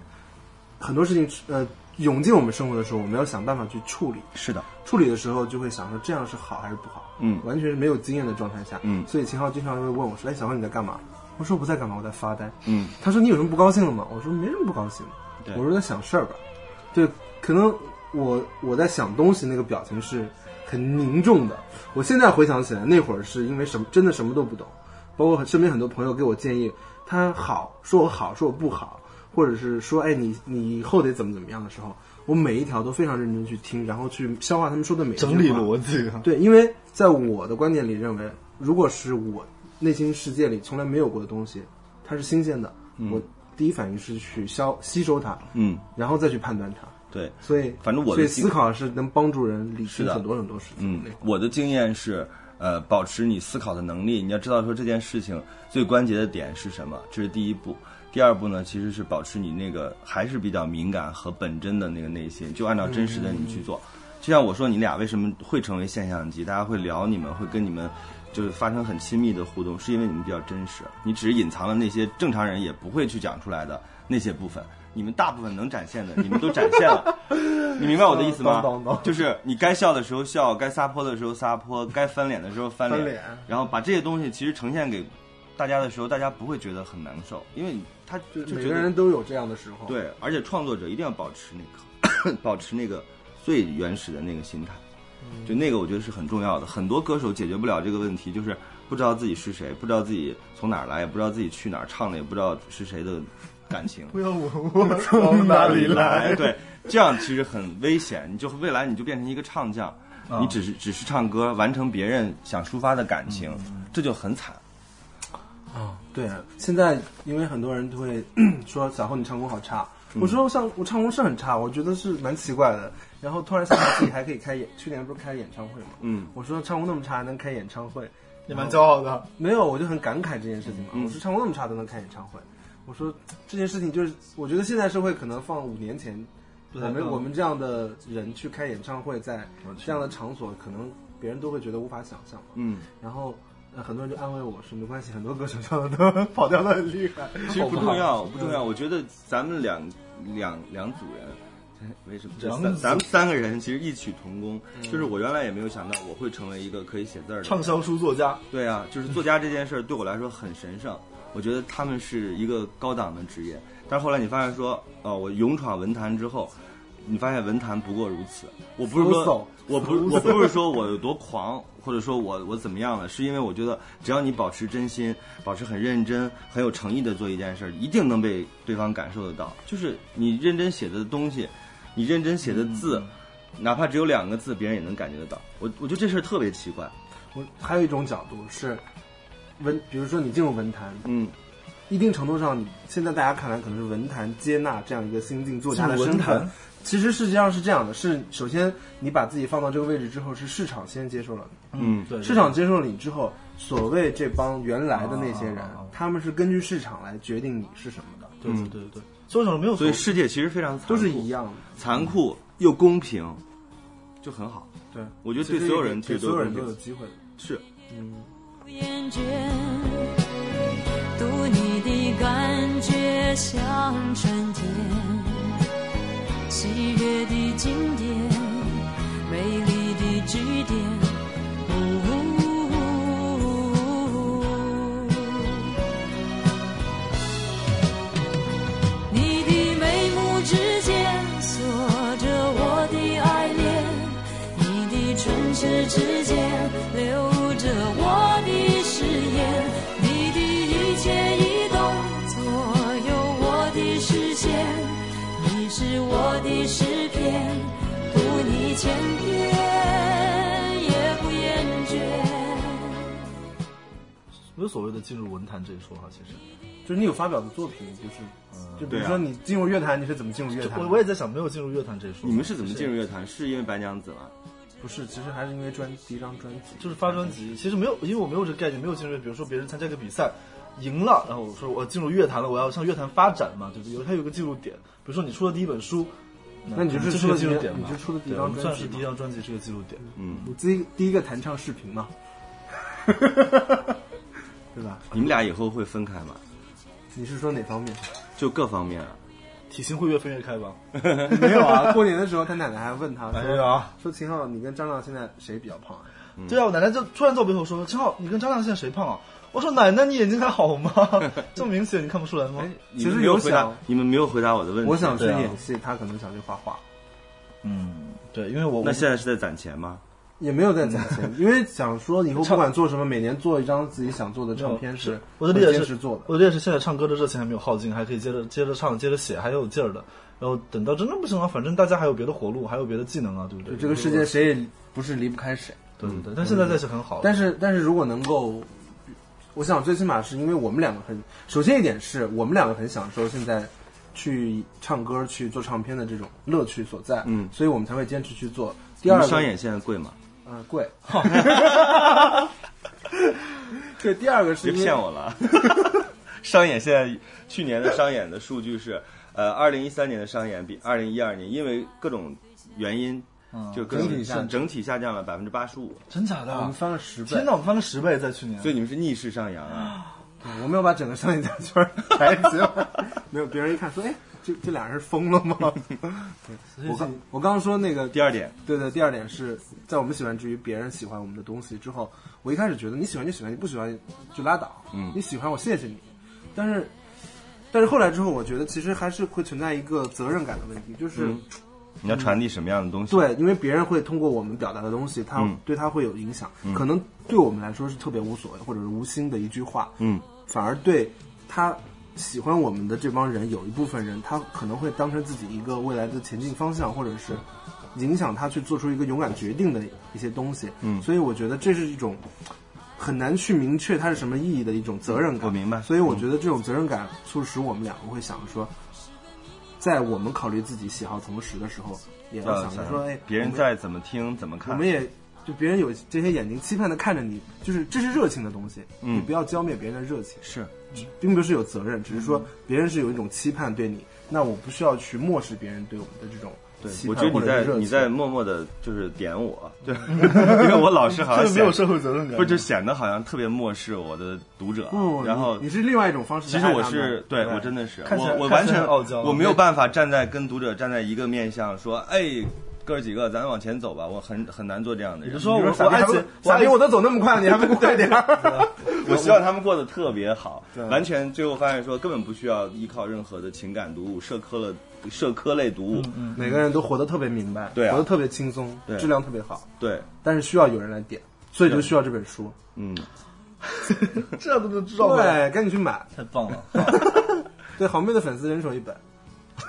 Speaker 3: 很多事情呃涌进我们生活的时候，我们要想办法去处理，
Speaker 2: 是的，
Speaker 3: 处理的时候就会想说这样是好还是不好，
Speaker 2: 嗯
Speaker 3: 完全是没有经验的状态下，
Speaker 2: 嗯
Speaker 3: 所以秦昊经常会问我说，哎，小何你在干嘛？我说我不在干嘛，我在发呆，
Speaker 2: 嗯，
Speaker 3: 他说你有什么不高兴的吗？我说没什么不高兴的
Speaker 2: 对，
Speaker 3: 我说在想事儿吧。对，可能我我在想东西那个表情是很凝重的。我现在回想起来，那会儿是因为什么，真的什么都不懂，包括身边很多朋友给我建议，他好说我好，说我不好，或者是说哎你你以后得怎么怎么样的时候，我每一条都非常认真去听，然后去消化他们说的每一句话
Speaker 1: 整理逻辑啊，
Speaker 3: 对，因为在我的观点里认为，如果是我内心世界里从来没有过的东西，它是新鲜的，我第一反应是去消吸收它，
Speaker 2: 嗯，
Speaker 3: 然后再去判断它。
Speaker 2: 对，
Speaker 3: 所以，
Speaker 2: 反正我的
Speaker 3: 所以
Speaker 2: 经
Speaker 3: 思考是能帮助人理
Speaker 2: 是
Speaker 3: 清
Speaker 2: 的
Speaker 3: 很多很多事情
Speaker 2: 嗯
Speaker 3: 的。，
Speaker 2: 我的经验是，呃，保持你思考的能力。你要知道说这件事情最关节的点是什么，这是第一步。第二步呢，其实是保持你那个还是比较敏感和本真的那个内心，就按照真实的你去做。就像我说，你俩为什么会成为现象级？大家会聊你们，会跟你们就是发生很亲密的互动，是因为你们比较真实，你只是隐藏了那些正常人也不会去讲出来的那些部分。你们大部分能展现的，你们都展现了，你明白我的意思吗？
Speaker 3: 懂懂懂
Speaker 2: 就是你该笑的时候笑，该撒泼的时候撒泼，该翻脸的时候翻脸，
Speaker 3: 翻脸
Speaker 2: 然后把这些东西其实呈现给大家的时候，大家不会觉得很难受，因为他就
Speaker 3: 就
Speaker 2: 就
Speaker 3: 每
Speaker 2: 觉
Speaker 3: 个
Speaker 2: 得
Speaker 3: 人都有这样的时候。，
Speaker 2: 对，而且创作者一定要保持那个 (coughs) 保持那个最原始的那个心态，
Speaker 3: 嗯
Speaker 2: 就那个我觉得是很重要的。很多歌手解决不了这个问题，就是不知道自己是谁，不知道自己从哪儿来，也不知道自己去哪儿，唱的也不知道是谁的感情。
Speaker 1: 不要问我从
Speaker 2: (laughs)
Speaker 1: 哪里来。
Speaker 2: 对，这样其实很危险。你就未来你就变成一个唱将，
Speaker 1: 啊
Speaker 2: 你只是只是唱歌，完成别人想抒发的感情，
Speaker 1: 嗯
Speaker 2: 这就很惨。
Speaker 3: 啊，对。现在因为很多人都会 (clears throat) 说小侯你唱功好差，
Speaker 2: 嗯
Speaker 3: 我说像我唱功是很差，我觉得是蛮奇怪的。然后突然想到自己还可以开演，去年不是开演唱会吗？
Speaker 2: 嗯，
Speaker 3: 我说唱功那么差还能开演唱会，
Speaker 1: 也蛮骄傲的。
Speaker 3: 没有，我就很感慨这件事情嘛。
Speaker 2: 嗯
Speaker 3: 我说唱功那么差都能开演唱会，我说这件事情就是，我觉得现在社会可能放五年前，
Speaker 1: 不
Speaker 2: 嗯
Speaker 3: 我
Speaker 1: 太
Speaker 3: 们
Speaker 1: 可能
Speaker 3: 我们这样的人去开演唱会，在这样的场所，可能别人都会觉得无法想象嘛。
Speaker 2: 嗯，
Speaker 3: 然后、呃很多人就安慰我说没关系，很多歌手唱的都 (laughs) 跑调的很厉害。哦
Speaker 2: 其实不重要，不重要。我觉得咱们两两两组人。为什么？这
Speaker 1: 两
Speaker 2: 三
Speaker 1: 组嗯
Speaker 2: 咱们三个人其实异曲同工，就是我原来也没有想到我会成为一个可以写字儿的人
Speaker 1: 畅销书作家，
Speaker 2: 对啊，就是作家这件事儿对我来说很神圣， (laughs) 我觉得他们是一个高档的职业。但是后来你发现说，哦，我勇闯文坛之后，你发现文坛不过如此。我不是
Speaker 3: 浮
Speaker 2: 说
Speaker 3: 躁，
Speaker 2: 我不是我不是说我有多狂，或者说我我怎么样了，是因为我觉得只要你保持真心，保持很认真、很有诚意的做一件事儿，一定能被对方感受得到。就是你认真写的东西，你认真写的字。
Speaker 3: 嗯
Speaker 2: 哪怕只有两个字，别人也能感觉得到。我我觉得这事儿特别奇怪。
Speaker 3: 我还有一种角度是文，比如说你进入文坛，
Speaker 2: 嗯，
Speaker 3: 一定程度上，你现在大家看来可能是文坛接纳这样一个新晋作家的
Speaker 1: 进入
Speaker 3: 身
Speaker 1: 文坛
Speaker 3: 份，其实实际上是这样的：是首先你把自己放到这个位置之后，是市场先接受了你，
Speaker 2: 嗯
Speaker 1: 对，
Speaker 3: 市场接受了你之后，所谓这帮原来的那些人
Speaker 1: 啊，
Speaker 3: 他们是根据市场来决定你是什么的，
Speaker 1: 对对对对，所以我想没有
Speaker 2: 所以世界其实非常残酷，
Speaker 3: 都是一样的。
Speaker 2: 残酷又公平，就很好。
Speaker 3: 对，
Speaker 2: 我觉得
Speaker 3: 其
Speaker 2: 对
Speaker 3: 实
Speaker 2: 所有人其
Speaker 3: 给
Speaker 2: 实
Speaker 3: 所有
Speaker 2: 是
Speaker 3: 人
Speaker 2: 公
Speaker 3: 都有
Speaker 2: 平，
Speaker 3: 机会的。
Speaker 2: 是
Speaker 3: 嗯，
Speaker 4: 厌倦，读你的感觉像春天，喜悦的经典，美丽的句点。哦你的眉目之间锁着我的爱恋，你的唇齿之间流着着我的誓言，你的一切一动左右我的视线，你是我的诗篇，读你千遍也不厌倦。
Speaker 1: 没有所谓的进入文坛这一说哈，其实
Speaker 3: 就是你有发表的作品，就是就比如
Speaker 2: 对啊
Speaker 3: 说你进入乐坛，你是怎么进入乐
Speaker 1: 就
Speaker 3: 坛的？
Speaker 1: 我我也在想，没有进入乐坛这一说。
Speaker 2: 你们是怎么进入乐坛？是因为白娘子吗？
Speaker 3: 不是，其实还是因为专第一张专辑，
Speaker 1: 就是发专辑，其实没有，因为我没有这个概念，没有进入，比如说别人参加个比赛，赢了，然后我说我进入乐坛了，我要向乐坛发展嘛，对不对？有它有一个进入点，比如说你出了第一本书，嗯
Speaker 3: 那你就
Speaker 1: 这
Speaker 3: 是
Speaker 1: 是
Speaker 3: 出了
Speaker 1: 个进入
Speaker 3: 第一
Speaker 1: 点嘛，
Speaker 3: 你就出了第一
Speaker 1: 对
Speaker 3: 张
Speaker 1: 我们
Speaker 3: 专
Speaker 1: 算是
Speaker 3: 辑
Speaker 1: 第一张专辑是个进入点，
Speaker 2: 嗯，
Speaker 3: 你自己第一个弹唱视频嘛，对吧？
Speaker 2: 你们俩以后会分开吗？
Speaker 3: 你是说哪方面？
Speaker 2: 就各方面啊。
Speaker 1: 体型会越分越开
Speaker 3: (laughs)
Speaker 1: 吧？
Speaker 3: 没有啊，过年的时候他奶奶还问他
Speaker 1: 哎
Speaker 3: 说
Speaker 1: 呀，
Speaker 3: 说秦昊，你跟张亮现在谁比较胖啊？
Speaker 1: 对啊，我奶奶就突然在我背后说：“正好你跟张亮现在谁胖啊？”我说：“奶奶，你眼睛还好吗？ (laughs) 这么明显，你看不出来吗？”
Speaker 2: 你
Speaker 3: 其
Speaker 2: 们
Speaker 3: 实
Speaker 2: 没有
Speaker 3: 有
Speaker 2: 回答
Speaker 3: 想，
Speaker 2: 你们没有回答我的问题。
Speaker 3: 我想去
Speaker 1: 对啊
Speaker 3: 演戏，他可能想去画画，
Speaker 1: 嗯， (laughs) 对，因为我
Speaker 2: 那现在是在攒钱吗？
Speaker 3: 也没有在攒钱，因为想说以后不管做什么，每年做一张自己想做的唱片是
Speaker 1: 我的理
Speaker 3: 会
Speaker 1: 解
Speaker 3: 坚
Speaker 1: 是
Speaker 3: 持做的。
Speaker 1: 我的理解是现在唱歌的热情还没有耗尽，还可以接着接着唱，接着写，还有劲儿的。然后等到真的不行了，反正大家还有别的活路，还有别的技能啊，对不对？
Speaker 3: 这个世界谁也不是离不开谁，
Speaker 1: 对对对。嗯但现在在是很好，
Speaker 3: 但是但是如果能够，我想最起码是因为我们两个很，首先一点是我们两个很享受现在去唱歌、去做唱片的这种乐趣所在，
Speaker 2: 嗯
Speaker 3: 所以我们才会坚持去做。第
Speaker 2: 你
Speaker 3: 二
Speaker 2: 们
Speaker 3: 个，
Speaker 2: 商演现在贵吗？
Speaker 3: 呃，
Speaker 2: (laughs)
Speaker 3: 贵。 (laughs) 对，第二个是
Speaker 2: 别
Speaker 3: 因为
Speaker 2: 骗我啊了。商演现在去年的商演的数据是，呃，二零一三年的商演比二零一二年因为各种原因，就各种
Speaker 3: 整体下降
Speaker 2: 嗯整体下降了百分之八十五，
Speaker 1: 真假
Speaker 3: 我
Speaker 1: 的啊
Speaker 3: 们？翻了十倍
Speaker 1: 天，哪，我们翻了十倍，在去年。
Speaker 2: 所以你们是逆势上扬啊！
Speaker 3: 对嗯我没有把整个商业大
Speaker 2: (laughs)
Speaker 3: 圈儿抬起来，没有别人一看说，哎，这这俩人是疯了吗？ (laughs) 对我刚我刚刚说那个
Speaker 2: 第二点，
Speaker 3: 对对，第二点是在我们喜欢之余，别人喜欢我们的东西之后，我一开始觉得你喜欢就喜欢，你不喜欢就拉倒，
Speaker 2: 嗯
Speaker 3: 你喜欢我谢谢你。但是，但是后来之后，我觉得其实还是会存在一个责任感的问题，就是、
Speaker 2: 嗯你要传递什么样的东西？，
Speaker 1: 嗯
Speaker 3: 对，因为别人会通过我们表达的东西，他、
Speaker 2: 嗯
Speaker 3: 对他会有影响，可能对我们来说是特别无所谓或者是无心的一句话，
Speaker 2: 嗯，
Speaker 3: 反而对他喜欢我们的这帮人，有一部分人他可能会当成自己一个未来的前进方向，或者是影响他去做出一个勇敢决定的一些东西。
Speaker 2: 嗯
Speaker 3: 所以我觉得这是一种很难去明确它是什么意义的一种责任感。
Speaker 2: 我明白嗯
Speaker 3: 所以我觉得这种责任感促使我们两个会想着说。在我们考虑自己喜好同时的时候，也要
Speaker 2: 要
Speaker 3: 想着说，哎，
Speaker 2: 别人
Speaker 3: 我们
Speaker 2: 在怎么听怎么看，
Speaker 3: 我们也就别人有这些眼睛期盼的看着你，就是这是热情的东西，
Speaker 2: 嗯
Speaker 3: 你不要浇灭别人的热情，
Speaker 2: 是
Speaker 3: 并不是有责任，只是说别人是有一种期盼对你，那我不需要去漠视别人对我们的这种期
Speaker 2: 我觉得
Speaker 3: 盼或
Speaker 2: 你
Speaker 3: 者
Speaker 2: 在
Speaker 3: 是热情。
Speaker 2: 你在默默的，就是点我，对， (laughs) 因为我老是好像
Speaker 1: 这没有
Speaker 2: 显
Speaker 1: 社会责任感，嗯
Speaker 2: 不就显得好像特别漠视我的读者
Speaker 3: 不不，不，
Speaker 2: 然后
Speaker 3: 哦你你是另外一种方式
Speaker 2: 其
Speaker 3: 在
Speaker 2: 实
Speaker 3: 爱他
Speaker 2: 我
Speaker 3: 们。
Speaker 2: 是对我真的是
Speaker 1: 看起来
Speaker 2: 我我
Speaker 1: 看
Speaker 2: 完
Speaker 1: 起来
Speaker 2: 全
Speaker 1: 很傲娇
Speaker 2: 我没有办法站在跟读者站在一个面向说，哎，哥儿几个，咱往前走吧，我很很难做这样的人
Speaker 1: 你。说我
Speaker 3: 傻
Speaker 1: 我爱
Speaker 3: 逼，
Speaker 1: 姐，
Speaker 3: 傻
Speaker 1: 爱
Speaker 3: 逼，我都走那么快了，你还不快点
Speaker 2: (laughs) 啊
Speaker 3: 儿？
Speaker 2: 我希望他们过得特别好，完全最后发现说根本不需要依靠任何的情感读物、社科了社科类读物，
Speaker 3: 每个人都活得特别明白，
Speaker 2: 对啊
Speaker 3: 活得特别轻松，
Speaker 2: 对
Speaker 3: 质量特别好，
Speaker 2: 对，
Speaker 3: 但是需要有人来点，所以就需要这本书。
Speaker 2: 嗯，
Speaker 1: 这都能知道吗？
Speaker 3: 对，赶紧去买。
Speaker 1: 太棒了！
Speaker 3: 对，好妹的粉丝人手一本。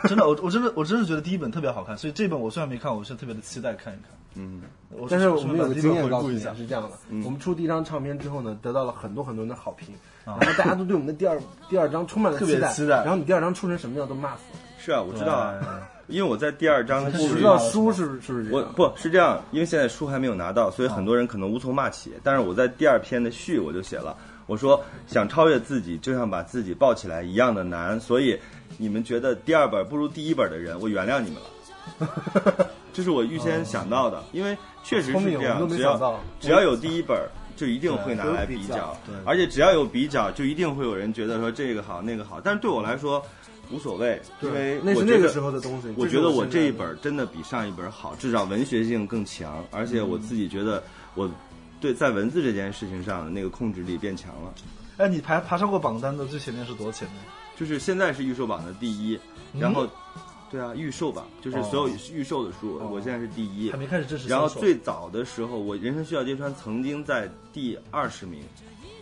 Speaker 1: 真的，我我真的我真是觉得第一本特别好看，所以这本我虽然没看，我是特别的期待看一看。
Speaker 2: 嗯，
Speaker 1: 我
Speaker 3: 但是我
Speaker 1: 顺便把
Speaker 3: 们有个
Speaker 1: 第一
Speaker 3: 经
Speaker 1: 本
Speaker 3: 验
Speaker 1: 回
Speaker 3: 告诉
Speaker 1: 顾
Speaker 3: 你
Speaker 1: 一
Speaker 3: 啊
Speaker 1: 下，
Speaker 3: 是这样的，我们出第一张唱片之后呢，得到了很多很多人的好评，
Speaker 2: 啊
Speaker 3: 然后大家都对我们的第二第二张充满了
Speaker 1: 特别
Speaker 3: 待，
Speaker 1: 期待
Speaker 3: 然后你第二张出成什么样都骂死了，
Speaker 2: 是啊，我知道啊，
Speaker 1: 哎
Speaker 2: 因为我在第二章的
Speaker 3: 我
Speaker 2: 序
Speaker 3: 不
Speaker 1: 是
Speaker 3: 知
Speaker 1: 啊
Speaker 3: 道书是不是是不是这
Speaker 2: 我
Speaker 3: 样？
Speaker 2: 不是这样，因为现在书还没有拿到，所以很多人可能无从骂起。但是我在第二篇的序我就写了，我说想超越自己，就像把自己抱起来一样的难。所以你们觉得第二本不如第一本的人，我原谅你们了。 (laughs) 这是我预先想到的，因为确实
Speaker 3: 嗯聪
Speaker 2: 是
Speaker 3: 明
Speaker 2: 这
Speaker 3: 我
Speaker 2: 样，
Speaker 3: 们都没
Speaker 2: 只
Speaker 3: 想到
Speaker 2: 要只要有第一本，就一定会拿来比
Speaker 3: 对都有
Speaker 2: 较
Speaker 1: 比较对，
Speaker 2: 而且只要有比较，就一定会有人觉得说这个好那个好。但是对我来说无所谓，因为
Speaker 3: 那
Speaker 2: 我
Speaker 3: 是
Speaker 2: 觉
Speaker 3: 那个
Speaker 2: 得
Speaker 3: 时候的东西。
Speaker 2: 我
Speaker 3: 这是
Speaker 2: 觉得
Speaker 3: 我
Speaker 2: 我
Speaker 3: 现
Speaker 2: 这一
Speaker 3: 在的
Speaker 2: 本儿真的比上一本儿好，至少文学性更强，而且我自己觉
Speaker 3: 嗯
Speaker 2: 得我对在文字这件事情上的那个控制力变强了。
Speaker 1: 哎，你爬爬上过榜单的最前面是多前面？
Speaker 3: 嗯
Speaker 2: 就是现在是预售榜的第一，然后对啊，预售吧，就是所有
Speaker 3: 哦
Speaker 2: 预售的书，我现在是第一
Speaker 1: 还。没开始正式销售。
Speaker 2: 然后最早的时候，我人生需要揭穿曾经在第二十名，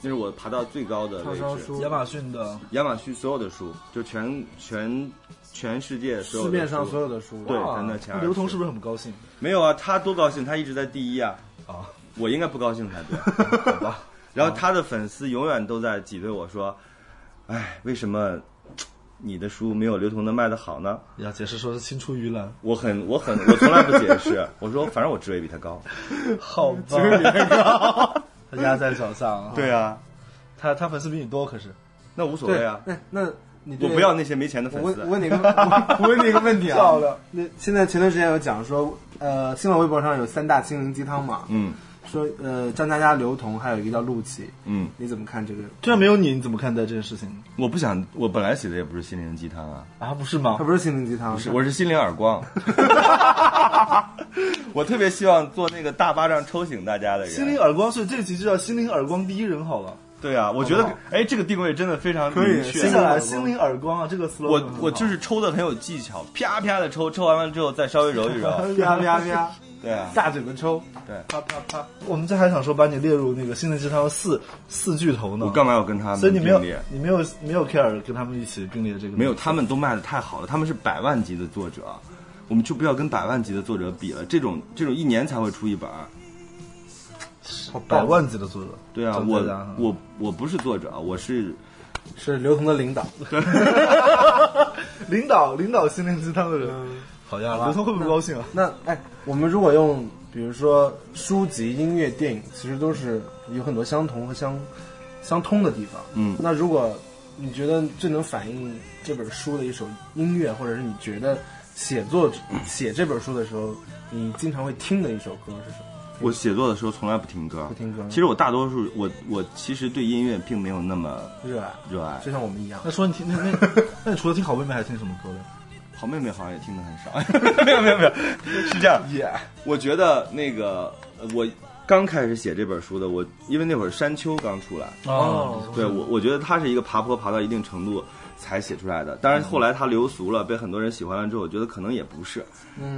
Speaker 2: 那是我爬到最高的
Speaker 3: 畅
Speaker 2: 位
Speaker 3: 销
Speaker 2: 置。
Speaker 3: 书
Speaker 1: 亚马逊的
Speaker 2: 亚马逊所有的书，就全全全世界所有
Speaker 3: 市
Speaker 2: 的
Speaker 3: 面
Speaker 2: 书
Speaker 3: 上所有的书，
Speaker 2: 对，
Speaker 3: 哇
Speaker 2: 全在前二十。
Speaker 1: 刘同是不是很不高兴？
Speaker 2: 没有啊？他多高兴，他一直在第一啊！
Speaker 1: 啊，
Speaker 2: 我应该不高兴才 (laughs) 对，好吧？然后他的粉丝永远都在挤兑我说：“哎，为什么你的书没有刘同的卖的好呢
Speaker 1: 要解释说是青出于蓝，？”
Speaker 2: 我很我很我从来不解 (laughs) 释，我说反正我职位比他高。
Speaker 1: (laughs) 好吧？ (laughs) 他压在脚上，，
Speaker 2: 对啊，
Speaker 1: 他他粉丝比你多，可是
Speaker 2: 那无所
Speaker 3: 对
Speaker 2: 谓啊，
Speaker 3: 那那你
Speaker 2: 我
Speaker 3: 对
Speaker 2: 不要那些没钱的
Speaker 3: 我
Speaker 2: 粉
Speaker 3: 问我
Speaker 2: 丝。
Speaker 3: 问
Speaker 2: (laughs)
Speaker 3: 你一个，我我问你一个问题啊。
Speaker 1: 笑了。
Speaker 3: 那现在前段时间有讲说，呃，新浪微博上有三大心灵鸡汤嘛，
Speaker 2: 嗯
Speaker 3: 说呃张嘉佳、刘同，还有一个叫陆琪，
Speaker 2: 嗯，
Speaker 3: 你怎么看这个？
Speaker 1: 居然没有你，你怎么看待这件事情
Speaker 2: 我不想，我本来写的也不是心灵鸡汤啊，
Speaker 1: 啊？不是吗
Speaker 3: 他？不是心灵鸡汤，
Speaker 2: 是我是心灵耳 (laughs) 光。我特别希望做那个大巴掌抽醒大家的人。
Speaker 1: 心灵耳光，所以这集就叫心灵耳光第一人好了。
Speaker 2: 对啊，我觉得哎，这个定位真的非常
Speaker 3: 以
Speaker 2: 明
Speaker 1: 接
Speaker 2: 确
Speaker 3: 心。
Speaker 1: 下
Speaker 3: 灵耳
Speaker 1: 来
Speaker 3: 光
Speaker 1: 心灵耳光啊，这个 slogan
Speaker 2: 我
Speaker 1: 很好
Speaker 2: 我就是抽的很有技巧，啪啪的抽，抽完了之后再稍微揉一
Speaker 1: (laughs)
Speaker 2: 揉。
Speaker 3: 啪啪啪，
Speaker 2: 对啊，
Speaker 3: 大嘴巴抽，
Speaker 1: 啪啪啪。我们这还想说把你列入那个心灵鸡汤四四巨头呢。
Speaker 2: 我干嘛要跟他们
Speaker 1: 所以你没有
Speaker 2: 并列
Speaker 1: 你没有没有 care 跟他们一起并列这个
Speaker 2: 没有，他们都卖的太好了，他们是百万级的作者，啊我们就不要跟百万级的作者比了。这种这种一年才会出一本儿，
Speaker 1: 百万级的作者。
Speaker 2: 对啊，
Speaker 1: 张
Speaker 2: 我
Speaker 1: 嘉佳哈
Speaker 2: 我我不是作者，啊我是
Speaker 3: 是刘同的领导。
Speaker 1: 领导领导心灵鸡汤的人，好呀，刘通会不会不高兴啊？
Speaker 3: 那哎，我们如果用比如说书籍、音乐、电影，其实都是有很多相同和相相通的地方。
Speaker 2: 嗯
Speaker 3: 那如果你觉得最能反映这本书的一首音乐，或者是你觉得写作写这本书的时候，你经常会听的一首歌是什么？
Speaker 2: 我写作的时候从来不听歌，
Speaker 3: 不听歌
Speaker 2: 其实我大多数我我其实对音乐并没有那么
Speaker 3: 热爱，
Speaker 2: 热爱
Speaker 3: 就，像我们一样
Speaker 1: 那。说你听那 (laughs) 那那你除了听好妹妹，还听什么歌呢？
Speaker 2: 好妹妹好像也听得很少， (laughs) 没有没有没有，是这样。
Speaker 1: 耶，
Speaker 2: 我觉得那个呃我刚开始写这本书的，我因为那会儿山丘刚出来，
Speaker 1: 哦，
Speaker 2: 对我我觉得它是一个爬坡爬到一定程度才写出来的。当然后来它流俗了，被很多人喜欢了之后，我觉得可能也不是，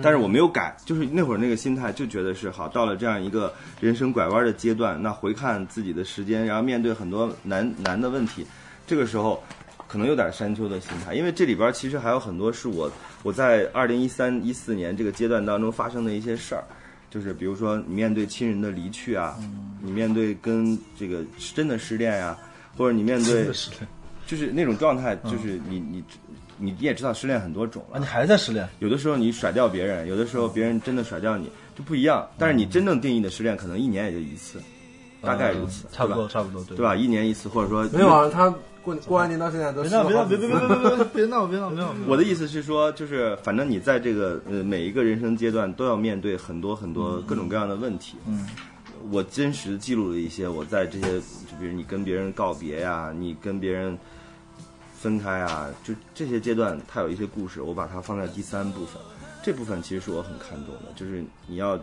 Speaker 2: 但是我没有改，就是那会儿那个心态就觉得是好，到了这样一个人生拐弯的阶段，那回看自己的时间，然后面对很多难难的问题，这个时候。可能有点山丘的心态，因为这里边其实还有很多是我我在二零一三一四年这个阶段当中发生的一些事儿，就是比如说你面对亲人的离去啊，你面对跟这个真的失恋呀、或者你面
Speaker 1: 真
Speaker 2: 对
Speaker 1: 的失恋
Speaker 2: 就是那种状态，就是你你你你也知道失恋很多种
Speaker 1: 啊！
Speaker 2: 了
Speaker 1: 你，还在失恋？
Speaker 2: 有的时候你甩掉别人，有的时候别人真的甩掉你，就不一样。但是你真正定义的失恋，可能一年也就一次，大概如此
Speaker 1: 嗯，差不多，
Speaker 2: 哎对吧
Speaker 1: 差不多，对
Speaker 2: 对吧？？一年一次，或者说
Speaker 3: 没有。啊，他过过完年到现在都
Speaker 1: 别闹，别闹，
Speaker 2: (laughs)
Speaker 1: 别
Speaker 3: 别
Speaker 1: 别别别别别别闹，别闹，别闹！
Speaker 2: 我的意思是说，就是反正你在这个呃每一个人生阶段都要面对很多很多各种各样的问题。
Speaker 1: 嗯，
Speaker 2: 我真实地记录了一些我在这些，就比如你跟别人告别呀、你跟别人分开啊，就这些阶段，它有一些故事，我把它放在第三部分。这部分其实是我很看重的，就是你要，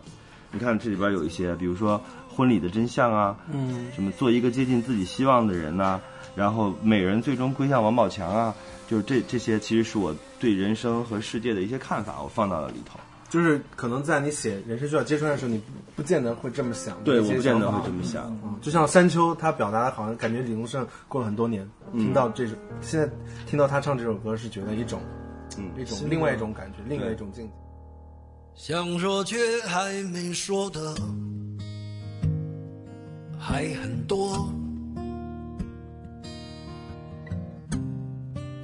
Speaker 2: 你看这里边有一些，比如说婚礼的真相啊，
Speaker 3: 嗯，
Speaker 2: 什么做一个接近自己希望的人呐、然后每人最终归向王宝强啊，就是这这些其实是我对人生和世界的一些看法，我放到了里头。
Speaker 3: 就是可能在你写人生需要揭穿的时候，你不不见得会这么想。
Speaker 2: 对，
Speaker 3: 这
Speaker 2: 我
Speaker 3: 些
Speaker 2: 不见得
Speaker 3: 想法
Speaker 2: 会这么想。
Speaker 3: 嗯就像山丘，他表达的好像感觉李宗盛过了很多年，
Speaker 2: 嗯
Speaker 3: 听到这首，现在听到他唱这首歌是觉得一种，
Speaker 2: 嗯
Speaker 3: 一种另外一种感觉，另外一种境界。
Speaker 5: 想说却还没说的还很多，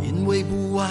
Speaker 5: 因为不安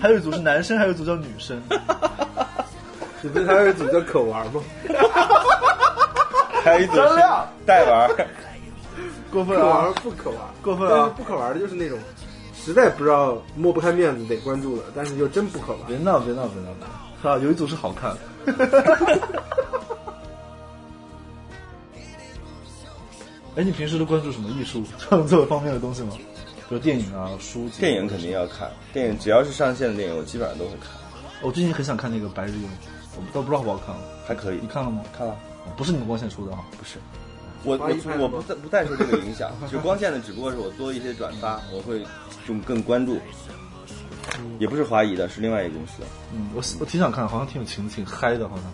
Speaker 1: 还有一组是男生，还有一组叫女生。
Speaker 3: 你不是还有一组叫可玩吗？
Speaker 2: 你，还有一组是带玩儿。
Speaker 1: 过分
Speaker 3: 可
Speaker 1: 了啊
Speaker 3: 玩， (laughs) 不可玩，
Speaker 1: 过分
Speaker 3: 但是
Speaker 1: 啊！
Speaker 3: 不可玩的就是那种实在不知道抹不开面子得关注的，但是又真不可玩。
Speaker 1: 别闹，别闹，别闹！别闹啊，有一组是好看， (laughs) 哎，你平时都关注什么艺术创作方面的东西吗？比如电影啊、书。
Speaker 2: 电影肯定要看，电影只要是上线的电影，我基本上都会看，
Speaker 1: 我最近很想看那个《白日梦》，我不都不知道好不好看。啊
Speaker 2: 还可以
Speaker 1: 你。看了吗？
Speaker 2: 看了，
Speaker 1: 哦不是你们光线出的哈。
Speaker 2: 不是，我
Speaker 3: 花一派
Speaker 2: 我我不再不再受这个影响，就光线的，只不过是我多一些转发，我会就更关注，也不是华谊的，是另外一个公司。
Speaker 1: 嗯，我我挺想看，好像挺有情挺嗨的，好像。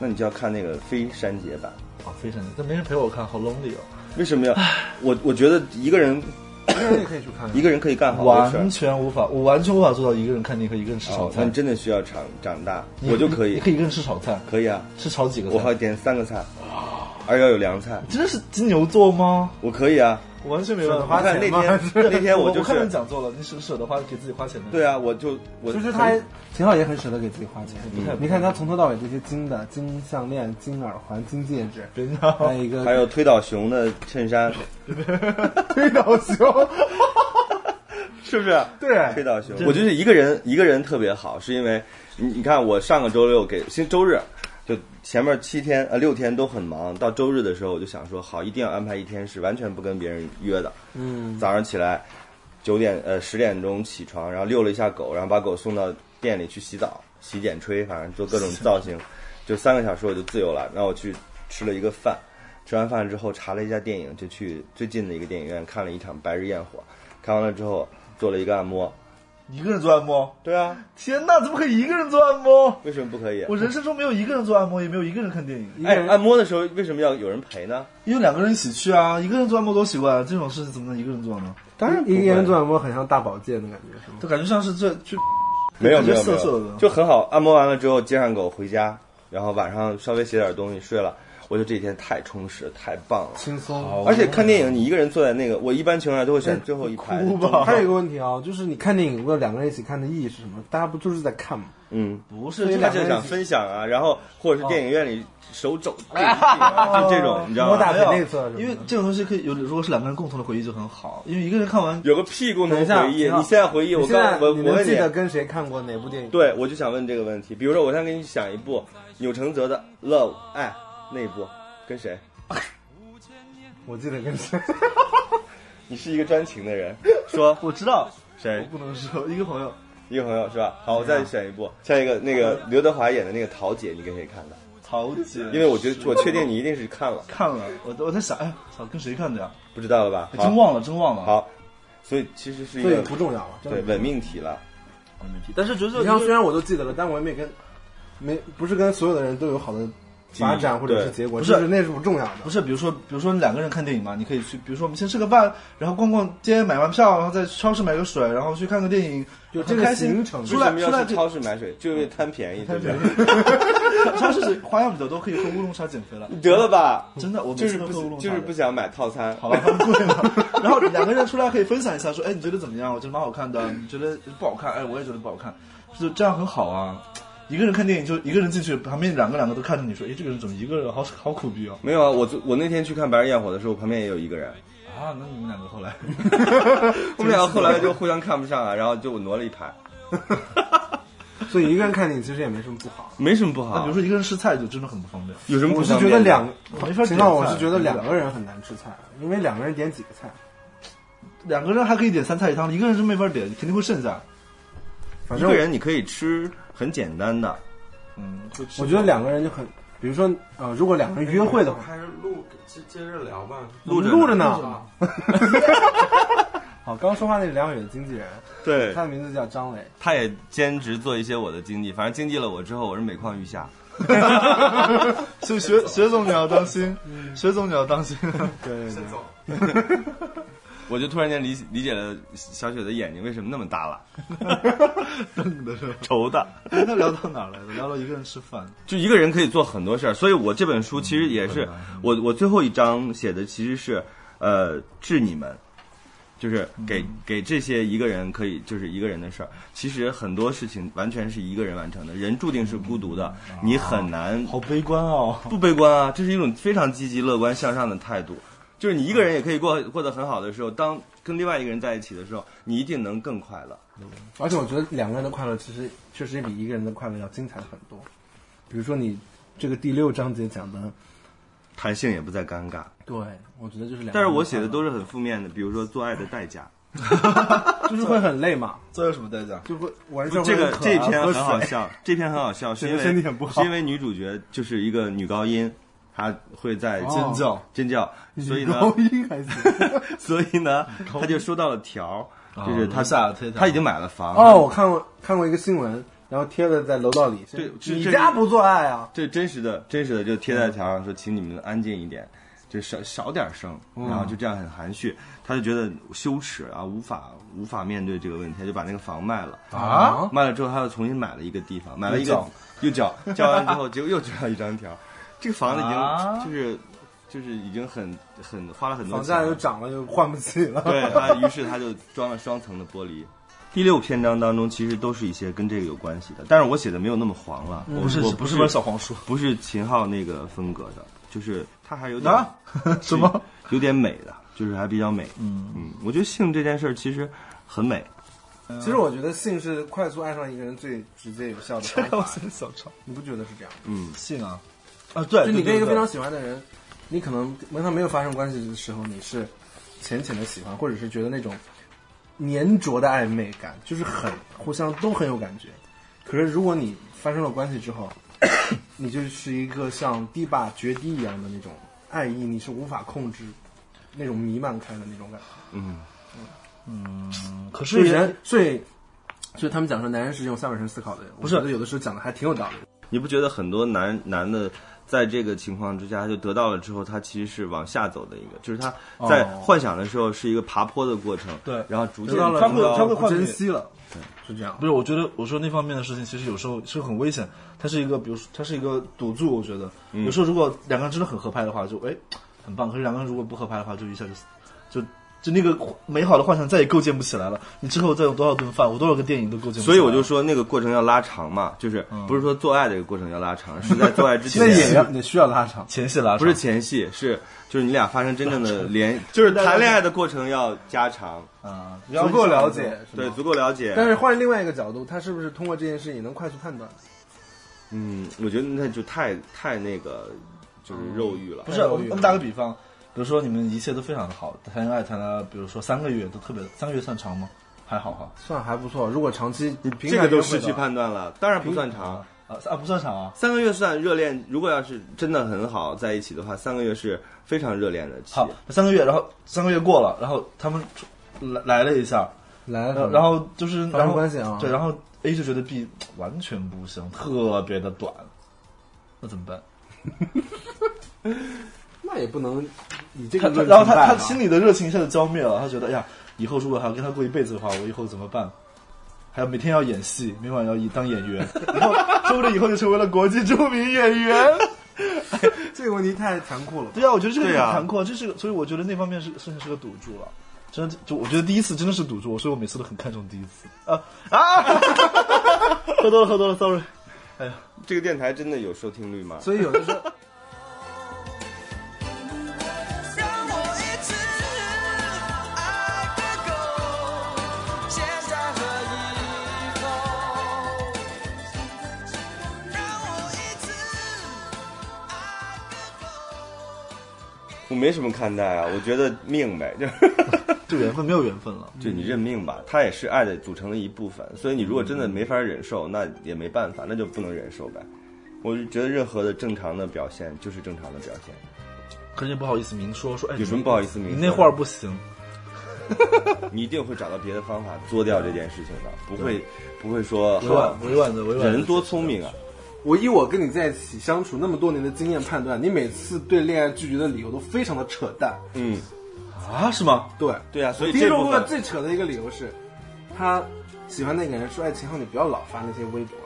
Speaker 2: 那你就要看那个非删节版，
Speaker 1: 啊，非常，但没人陪我看，好 lonely 哦，
Speaker 2: 为什么呀？我我觉得一个人
Speaker 3: 你可以去看。
Speaker 2: 一个人可以干好多事
Speaker 1: 完
Speaker 2: 儿。
Speaker 1: 全无法，我完全无法做到一个人看电影和一个人吃炒
Speaker 2: 哦，
Speaker 1: 菜。
Speaker 2: 那你真的需要长长大，
Speaker 1: 你
Speaker 2: 我就
Speaker 1: 你
Speaker 2: 可以
Speaker 1: 你可，以一个人吃炒菜，
Speaker 2: 可以啊，
Speaker 1: 吃炒几个
Speaker 2: 我
Speaker 1: 菜
Speaker 2: 好。点三个菜，而要有凉菜，
Speaker 1: 你真的是金牛座吗？
Speaker 2: 我可以啊，
Speaker 1: 完全没办法。
Speaker 3: 花
Speaker 2: 看
Speaker 3: 钱
Speaker 2: 那
Speaker 3: 吗
Speaker 2: 天
Speaker 1: (laughs)
Speaker 2: 那天
Speaker 1: 我
Speaker 2: 就
Speaker 1: 看人
Speaker 2: 是
Speaker 1: 讲座了，你舍舍得花给自己花钱的。
Speaker 2: 对啊，我就我
Speaker 3: 就是他秦昊也很舍得给自己花钱。
Speaker 1: 不太，
Speaker 3: 你看他从头到尾这些金的金项链、金耳环、金戒指，
Speaker 1: 别闹，
Speaker 3: 还有一个 (laughs)
Speaker 2: 还有推倒熊的衬衫，
Speaker 3: 推倒熊，
Speaker 2: (laughs) 是不是？
Speaker 3: 对
Speaker 2: 推倒熊。我觉得一个人一个人特别好，是因为你你看我上个周六给星周日，就前面七天呃六天都很忙，到周日的时候我就想说好，一定要安排一天是完全不跟别人约的。
Speaker 3: 嗯，
Speaker 2: 早上起来九点呃十点钟起床，然后遛了一下狗，然后把狗送到店里去洗澡、洗剪吹，反正做各种造型，就三个小时我就自由了。然后我去吃了一个饭，吃完饭之后查了一下电影，就去最近的一个电影院看了一场《白日焰火》，看完了之后做了一个按摩。
Speaker 1: 一个人做按摩，
Speaker 2: 对啊，
Speaker 1: 天哪，怎么可以一个人做按摩？
Speaker 2: 为什么不可以？
Speaker 1: 我人生中没有一个人做按摩，也没有一个人看电影，
Speaker 3: 一个
Speaker 2: 哎，
Speaker 3: 人
Speaker 2: 按摩的时候为什么要有人陪呢？
Speaker 1: 因为两个人一起去啊，一个人做按摩多奇怪，啊，这种事情怎么能一个人做呢？
Speaker 3: (laughs) 当然一个人做按摩很像大保健的感觉，是吗？
Speaker 1: 就感觉像是这去
Speaker 2: 没有
Speaker 1: 感
Speaker 2: 没
Speaker 1: 觉
Speaker 2: 有没
Speaker 1: 色色
Speaker 2: 有
Speaker 1: 的，
Speaker 2: 就很好。按摩完了之后接上狗回家，然后晚上稍微写点东西睡了，我觉得这一天太充实太棒了。
Speaker 3: 轻松。
Speaker 2: 而且看电影，你一个人坐在那个，我一般情况下都会
Speaker 3: 哎
Speaker 2: 选最后一排。
Speaker 1: 哭吧
Speaker 3: 还有一个问题啊，就是你看电影，如果两个人一起看的意义是什么？大家不就是在看吗？
Speaker 2: 嗯，
Speaker 1: 不
Speaker 3: 所以
Speaker 1: 是
Speaker 2: 他
Speaker 3: 两个
Speaker 2: 就
Speaker 3: 人
Speaker 2: 想分享啊，然后或者是电影院里手肘，就这种，你知道
Speaker 3: 哦摸大
Speaker 2: 吗？
Speaker 3: 腿内侧什么的，
Speaker 1: 因为这种东西可以有，如果是两个人共同的回忆就很好，因为一个人看完
Speaker 2: 有个屁股
Speaker 3: 等
Speaker 2: 能
Speaker 3: 一下，
Speaker 2: 回忆，
Speaker 3: 秦昊
Speaker 2: 你现在回忆，我
Speaker 3: 你现在
Speaker 2: 刚我
Speaker 3: 你
Speaker 2: 我
Speaker 3: 能
Speaker 2: 问
Speaker 3: 记得
Speaker 2: 你，
Speaker 3: 跟谁看过哪部电影？
Speaker 2: 对，我就想问这个问题。比如说，我现在给你想一部钮承泽的《Love》爱那一部，跟谁？
Speaker 3: 我记得跟谁？
Speaker 2: 你是一个专情的人，说
Speaker 1: 我知道，我
Speaker 2: 谁？
Speaker 1: 不能说一个朋友，
Speaker 2: 一个朋友是吧？好，我再选一
Speaker 1: 啊
Speaker 2: 部，下一个那个刘德华演的那个《桃姐》，你跟谁看的？
Speaker 1: 曹姐，
Speaker 2: 因为我觉得我确定你一定是看了，
Speaker 1: 看了，我我在想，哎，操，跟谁看的呀？
Speaker 2: 不知道了吧？好
Speaker 1: 真忘了，真忘了。
Speaker 2: 好，所以其实是一
Speaker 3: 这也
Speaker 2: 个
Speaker 3: 不重要了，真
Speaker 2: 对
Speaker 3: 的。
Speaker 2: 伪命题了。
Speaker 1: 我没记，但是觉得
Speaker 3: 你看，虽然我都记得了，但我也没跟没不是跟所有的人都有好的发展或者是结果，
Speaker 1: 对不是
Speaker 3: 就是那是不重要的。
Speaker 1: 不是，比如说，比如说两个人看电影嘛，你可以去，比如说我们先吃个饭，然后逛逛街，买完票，然后在超市买个水，然后去看个电影，
Speaker 3: 有
Speaker 1: 很
Speaker 3: 这个
Speaker 1: 开心
Speaker 3: 行程
Speaker 1: 出
Speaker 2: 为
Speaker 1: 来
Speaker 2: 什么
Speaker 1: 出来
Speaker 2: 要
Speaker 1: 就
Speaker 2: 去超市买水？就因为贪便宜，对不对？
Speaker 1: (laughs) 超市花样比较多，可以喝乌龙茶减肥了。
Speaker 2: 你 (laughs) 得了吧，
Speaker 1: 真的，我每
Speaker 2: 就
Speaker 1: 次
Speaker 2: 是
Speaker 1: 都
Speaker 2: 不
Speaker 1: 喝乌龙茶的。
Speaker 2: 就是不想买套餐。
Speaker 1: 好吧，他们贵了。 (laughs) 然后两个人出来可以分享一下，说，哎，你觉得怎么样？我觉得蛮好看的。你觉得不好看？哎，我也觉得不好看。就这样很好啊。一个人看电影就一个人进去，旁边两个两个都看着你说，哎，这个人怎么一个人？好好苦逼哦。
Speaker 2: 没有啊，我昨我那天去看《白日焰火》的时候，我旁边也有一个人，
Speaker 1: 啊，那你们两个后 (laughs) 来，
Speaker 2: 我们两个后来
Speaker 1: (laughs)
Speaker 2: 就互相看不上啊，然后就我挪了一排，
Speaker 3: 所以一个人看电影其实也没什么不好。
Speaker 2: 没什么不
Speaker 1: 那
Speaker 2: 好
Speaker 1: 比如。说一个人吃菜就真的很不方便。
Speaker 2: 有什么
Speaker 3: 我
Speaker 2: 不
Speaker 3: 是
Speaker 2: 方
Speaker 3: 觉
Speaker 2: 便的
Speaker 3: 得两，
Speaker 1: 没法
Speaker 3: 秦
Speaker 1: 点
Speaker 3: 昊，
Speaker 1: 菜
Speaker 3: 我是觉得两个人很难吃菜，因为两个人点几个菜，
Speaker 1: 两个人还可以点三菜一汤，一个人是没法点，肯定会剩下。
Speaker 3: 反
Speaker 2: 一
Speaker 3: 正
Speaker 2: 个人你可以吃很简单的，
Speaker 1: 嗯，会吃
Speaker 3: 我觉得两个人就很，比如说呃，如果两个人约会的话，
Speaker 6: 还是录接接着聊吧。
Speaker 3: 我们录着呢。 (laughs) 好，刚刚说话那是梁伟的经纪人，
Speaker 2: 对
Speaker 3: 他，的名字叫张磊。
Speaker 2: 他也兼职做一些我的经济，反正经济了我之后，我是每况愈下。
Speaker 1: 所以学 (laughs) 嗯学总你要当心，学总你要当心。 (laughs)
Speaker 3: 对对对，
Speaker 2: 我就突然间理理解了小雪的眼睛为什么那么大了， (laughs)
Speaker 1: 瞪的是吧？
Speaker 2: 愁的。
Speaker 1: 那聊到哪儿来了？聊到一个人吃饭。
Speaker 2: 就一个人可以做很多事儿，所以我这本书其实也是我我最后一章写的其实是呃致你们，就是给给这些一个人可以就是一个人的事儿，其实很多事情完全是一个人完成的，人注定是孤独的，你很难
Speaker 1: 好悲观哦。
Speaker 2: 不悲观啊，这是一种非常积极、乐观、向上的态度。就是你一个人也可以过过得很好的时候，当跟另外一个人在一起的时候，你一定能更快乐。
Speaker 3: 而且我觉得两个人的快乐其实确实比一个人的快乐要精彩很多。比如说你这个第六章节讲的，
Speaker 2: 谈性也不再尴尬，
Speaker 3: 对我觉得就是两个人的快乐，
Speaker 2: 但是我写的都是很负面的，比如说做爱的代价。
Speaker 3: 就是会很累嘛，
Speaker 1: 这有什么代价？
Speaker 3: 就会完事儿
Speaker 2: 这
Speaker 3: 会
Speaker 2: 个
Speaker 3: 很渴啊
Speaker 2: 这篇
Speaker 3: 喝
Speaker 2: 很
Speaker 3: 水
Speaker 2: 好
Speaker 3: (laughs)
Speaker 2: 笑，这篇很好笑，是因为
Speaker 3: 身体很不好
Speaker 2: 是因为女主角就是一个女高音，她会在
Speaker 3: 哦
Speaker 2: 尖叫尖叫，所以呢，
Speaker 3: 高音还行。
Speaker 2: (laughs)
Speaker 3: (laughs)
Speaker 2: 所以呢，她就收到了条儿，就是她
Speaker 1: 楼哦下推她
Speaker 2: 她已经买了房
Speaker 3: 哦，，我看过看过一个新闻，然后贴了在楼道里，
Speaker 2: 对这
Speaker 3: 你
Speaker 2: 这
Speaker 3: 家不做爱啊？
Speaker 2: 这真实的真实的就贴在条上说，请你们安静一点。就少少点声，
Speaker 3: 哦
Speaker 2: 然后就这样很含蓄，她就觉得羞耻啊，无法无法面对这个问题，她就把那个房卖了
Speaker 3: 啊，
Speaker 2: 卖了之后，他又重新买了一个地方，买了一 (laughs)
Speaker 1: 又
Speaker 2: 个
Speaker 1: 缴
Speaker 2: (laughs) 又缴，交完之后，结果又收到一张条，这个房子已
Speaker 1: 啊
Speaker 2: 经就是就是已经很很花了很多
Speaker 3: 房
Speaker 2: 钱，
Speaker 3: 价又涨了，又换不起
Speaker 2: (laughs)
Speaker 3: 了。
Speaker 2: 对他，于是他就装了双层的玻璃。第六篇章当中，其实都是一些跟这个有关系的，但是我写的没有那么黄了，我
Speaker 1: 嗯不是
Speaker 2: 我
Speaker 1: 不
Speaker 2: 是
Speaker 1: 是本小黄 (laughs) 书
Speaker 2: 不是秦昊那个风格的，就是他还有点
Speaker 1: 啊？ (laughs) 什么？
Speaker 2: 有点美的，就是还比较美。嗯嗯，我觉得性这件事儿其实很美，
Speaker 3: 其实我觉得性是快速爱上一个人最直接有效的
Speaker 1: 这个
Speaker 3: 方
Speaker 1: 我
Speaker 3: 法，
Speaker 1: 真小抄
Speaker 3: 你不觉得是这样吗？
Speaker 2: 嗯，
Speaker 1: 信啊啊！对，
Speaker 3: 就你
Speaker 1: 对
Speaker 3: 跟一个
Speaker 1: 对
Speaker 3: 非常喜欢的人，你可能跟他没有发生关系的时候，你是浅浅的喜欢，或者是觉得那种粘着的暧昧感，就是很互相都很有感觉。可是如果你发生了关系之后， (coughs) 你就是一个像堤坝决堤一样的那种爱意，你是无法控制，那种弥漫开的那种感觉。
Speaker 1: 对可
Speaker 3: 所
Speaker 1: 是
Speaker 3: 以人，所以，所以他们讲说男人是用下半身思考的人，我觉得有的时候讲的还挺有道理的。
Speaker 2: 你不觉得很多男男的在这个情况之下，他就得到了之后，他其实是往下走的一个，就是他
Speaker 3: 哦
Speaker 2: 在幻想的时候是一个爬坡的过程，
Speaker 1: 对
Speaker 2: 然后逐渐
Speaker 3: 得到了
Speaker 1: 他会
Speaker 2: 增高
Speaker 1: 他会
Speaker 3: 不
Speaker 1: 换
Speaker 3: 珍
Speaker 1: 别
Speaker 3: 惜了，是这样
Speaker 1: 不。是，我觉得我说那方面的事情，其实有时候是很危险。它是一个，比如说，它是一个赌注。我觉得、有时候如果两个人真的很合拍的话，就哎很棒。可是两个人如果不合拍的话，就一下就死就就那个美好的幻想再也构建不起来了。你之后再有多少顿饭，我多少个电影都构建不起来。
Speaker 2: 所以我就，说那个过程要拉长嘛，就是不是说做爱这个过程要拉长，是在做爱之
Speaker 3: 嗯 (laughs) 那也
Speaker 2: 前，
Speaker 3: 要，你需要拉长。
Speaker 1: 前戏拉
Speaker 2: 不是前戏，是就是你俩发生真正的
Speaker 3: (laughs)
Speaker 2: 连，就是谈恋爱的过程要加长，嗯
Speaker 1: 啊，
Speaker 3: 足够了解，是
Speaker 2: 对，
Speaker 3: 吗
Speaker 2: 足够了解。
Speaker 3: 但是换另外一个角度，他是不是通过这件事也能快速判断？
Speaker 2: 嗯，我觉得那就太太那个就是
Speaker 3: 嗯
Speaker 2: 肉欲了
Speaker 1: 不，是，我们我们打个比方，比如说你们一切都非常的好，谈恋爱谈了，比如说三个月都特别，三个月算长吗？还好哈，
Speaker 3: 算还不错。如果长期频
Speaker 2: 这
Speaker 3: 繁
Speaker 2: 个都
Speaker 3: 约
Speaker 2: 失
Speaker 3: 会
Speaker 2: 去
Speaker 3: 的话，
Speaker 2: 判断了，当然不算长。
Speaker 1: 啊啊不算长啊，
Speaker 2: 三个月算热恋，如果要是真的很好在一起的话，三个月是非常热恋的期
Speaker 1: 好。三个月，然后三个月过了，然后他们出来来了一下，
Speaker 3: 来
Speaker 1: 然后
Speaker 3: 了，
Speaker 1: 然后就是
Speaker 3: 嗯发
Speaker 1: 然
Speaker 3: 生
Speaker 1: 后
Speaker 3: 关系啊
Speaker 1: 对，然后 A 就觉得 B 完全不行，特别的短，那怎么办？
Speaker 3: 那也不能以这
Speaker 1: 他
Speaker 3: 个
Speaker 1: 他
Speaker 3: 论
Speaker 1: 然后
Speaker 3: 评
Speaker 1: 他
Speaker 3: 判
Speaker 1: 他
Speaker 3: 啊
Speaker 1: 心里的热情一下就浇灭了，他觉得哎呀，以后如果还要跟他过一辈子的话，我以后怎么办？还有每天要演戏，每晚要以当演员，以后说不定以后就成为了国际著名演员。
Speaker 3: 这个问题太残酷了吧。
Speaker 1: 对啊呀、我觉得这个
Speaker 2: 对啊
Speaker 1: 很
Speaker 2: 呀
Speaker 1: 残酷，这是个，所以我觉得那方面是甚至是个赌注了。真的，就我觉得第一次真的是赌注，所以我每次都很看重第一次。啊啊！ (laughs) 喝多了，喝多了，sorry。
Speaker 2: 这个电台真的有收听率吗？
Speaker 3: 所以有的时候， (laughs)
Speaker 7: 让我一次爱个够，现在和以后。让我一次爱个够。
Speaker 2: 我没什么看待啊，我觉得命呗，就是。
Speaker 1: 这缘分没有缘分了。
Speaker 2: 就你认命吧，它也是爱的组成的一部分。所以你如果真的没法忍受，那也没办法，那就不能忍受呗。我就觉得任何的正常的表现就是正常的表现。 (laughs)
Speaker 1: 可是也不好意思明说，说哎，
Speaker 2: 有什么不好意思明
Speaker 1: 你
Speaker 2: 说
Speaker 1: 那画儿不行，
Speaker 2: 你一定会找到别的方法做掉这件事情的，不会不会说
Speaker 1: 委
Speaker 2: (laughs)
Speaker 1: 婉委婉的委婉的。
Speaker 2: 人多聪明啊，
Speaker 3: 我以我跟你在一起相处那么多年的经验判断，你每次对恋爱拒绝的理由都非常的扯淡。
Speaker 2: 嗯，
Speaker 1: 啊？是吗？
Speaker 3: 对
Speaker 2: 对啊，所以
Speaker 3: 听
Speaker 2: 这
Speaker 3: 说
Speaker 2: 部
Speaker 3: 过
Speaker 2: 分
Speaker 3: 最扯的一个理由是，他喜欢那个人说：“哎，秦昊，你不要老发那些微博。”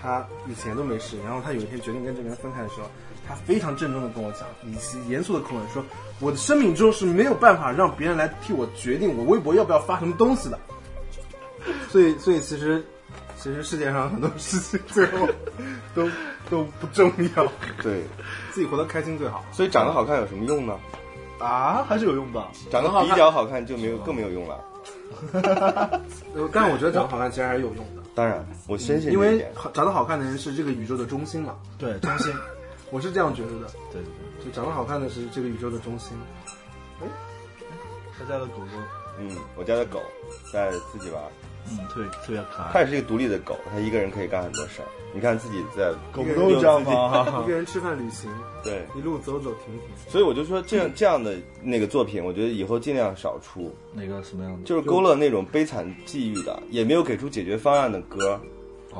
Speaker 3: 他以前都没事，然后他有一天决定跟这个人分开的时候，他非常郑重的跟我讲，以严肃的口吻说：“我的生命中是没有办法让别人来替我决定我微博要不要发什么东西的。”所以，所以其实，其实世界上很多事情最后都都不重要，
Speaker 2: 对，
Speaker 3: 自己活得开心最好
Speaker 2: 所以长得好看有什么用呢？
Speaker 1: 啊，还是有用吧。
Speaker 2: 长得比较好看就没有更没有用了。。
Speaker 3: 呃但我觉得长得好看其实还是有用的。
Speaker 2: 当然，我深信这
Speaker 3: 因
Speaker 2: 一
Speaker 3: 为
Speaker 2: 点。
Speaker 3: 好长得好看的人是这个宇宙的中心嘛，
Speaker 1: 对，中心。
Speaker 3: 我是这样觉得的。
Speaker 1: 对对对。
Speaker 3: 就长得好看的是这个宇宙的中心。
Speaker 1: 他家的狗狗，
Speaker 2: 嗯，我家的狗在自己玩，
Speaker 1: 嗯，特别特别可
Speaker 2: 它
Speaker 1: 爱。
Speaker 2: 也是一个独立的狗，它一个人可以干很多事儿。你看自己在
Speaker 1: 狗不都这样吗
Speaker 3: 一？个人吃饭、旅行，
Speaker 2: (laughs) 对，
Speaker 3: 一路走走停停。
Speaker 2: 所以我就说这样这样的那个作品，我觉得以后尽量少出，
Speaker 1: 那个什么样的？
Speaker 2: 就是勾勒那种悲惨际遇的，也没有给出解决方案的歌。你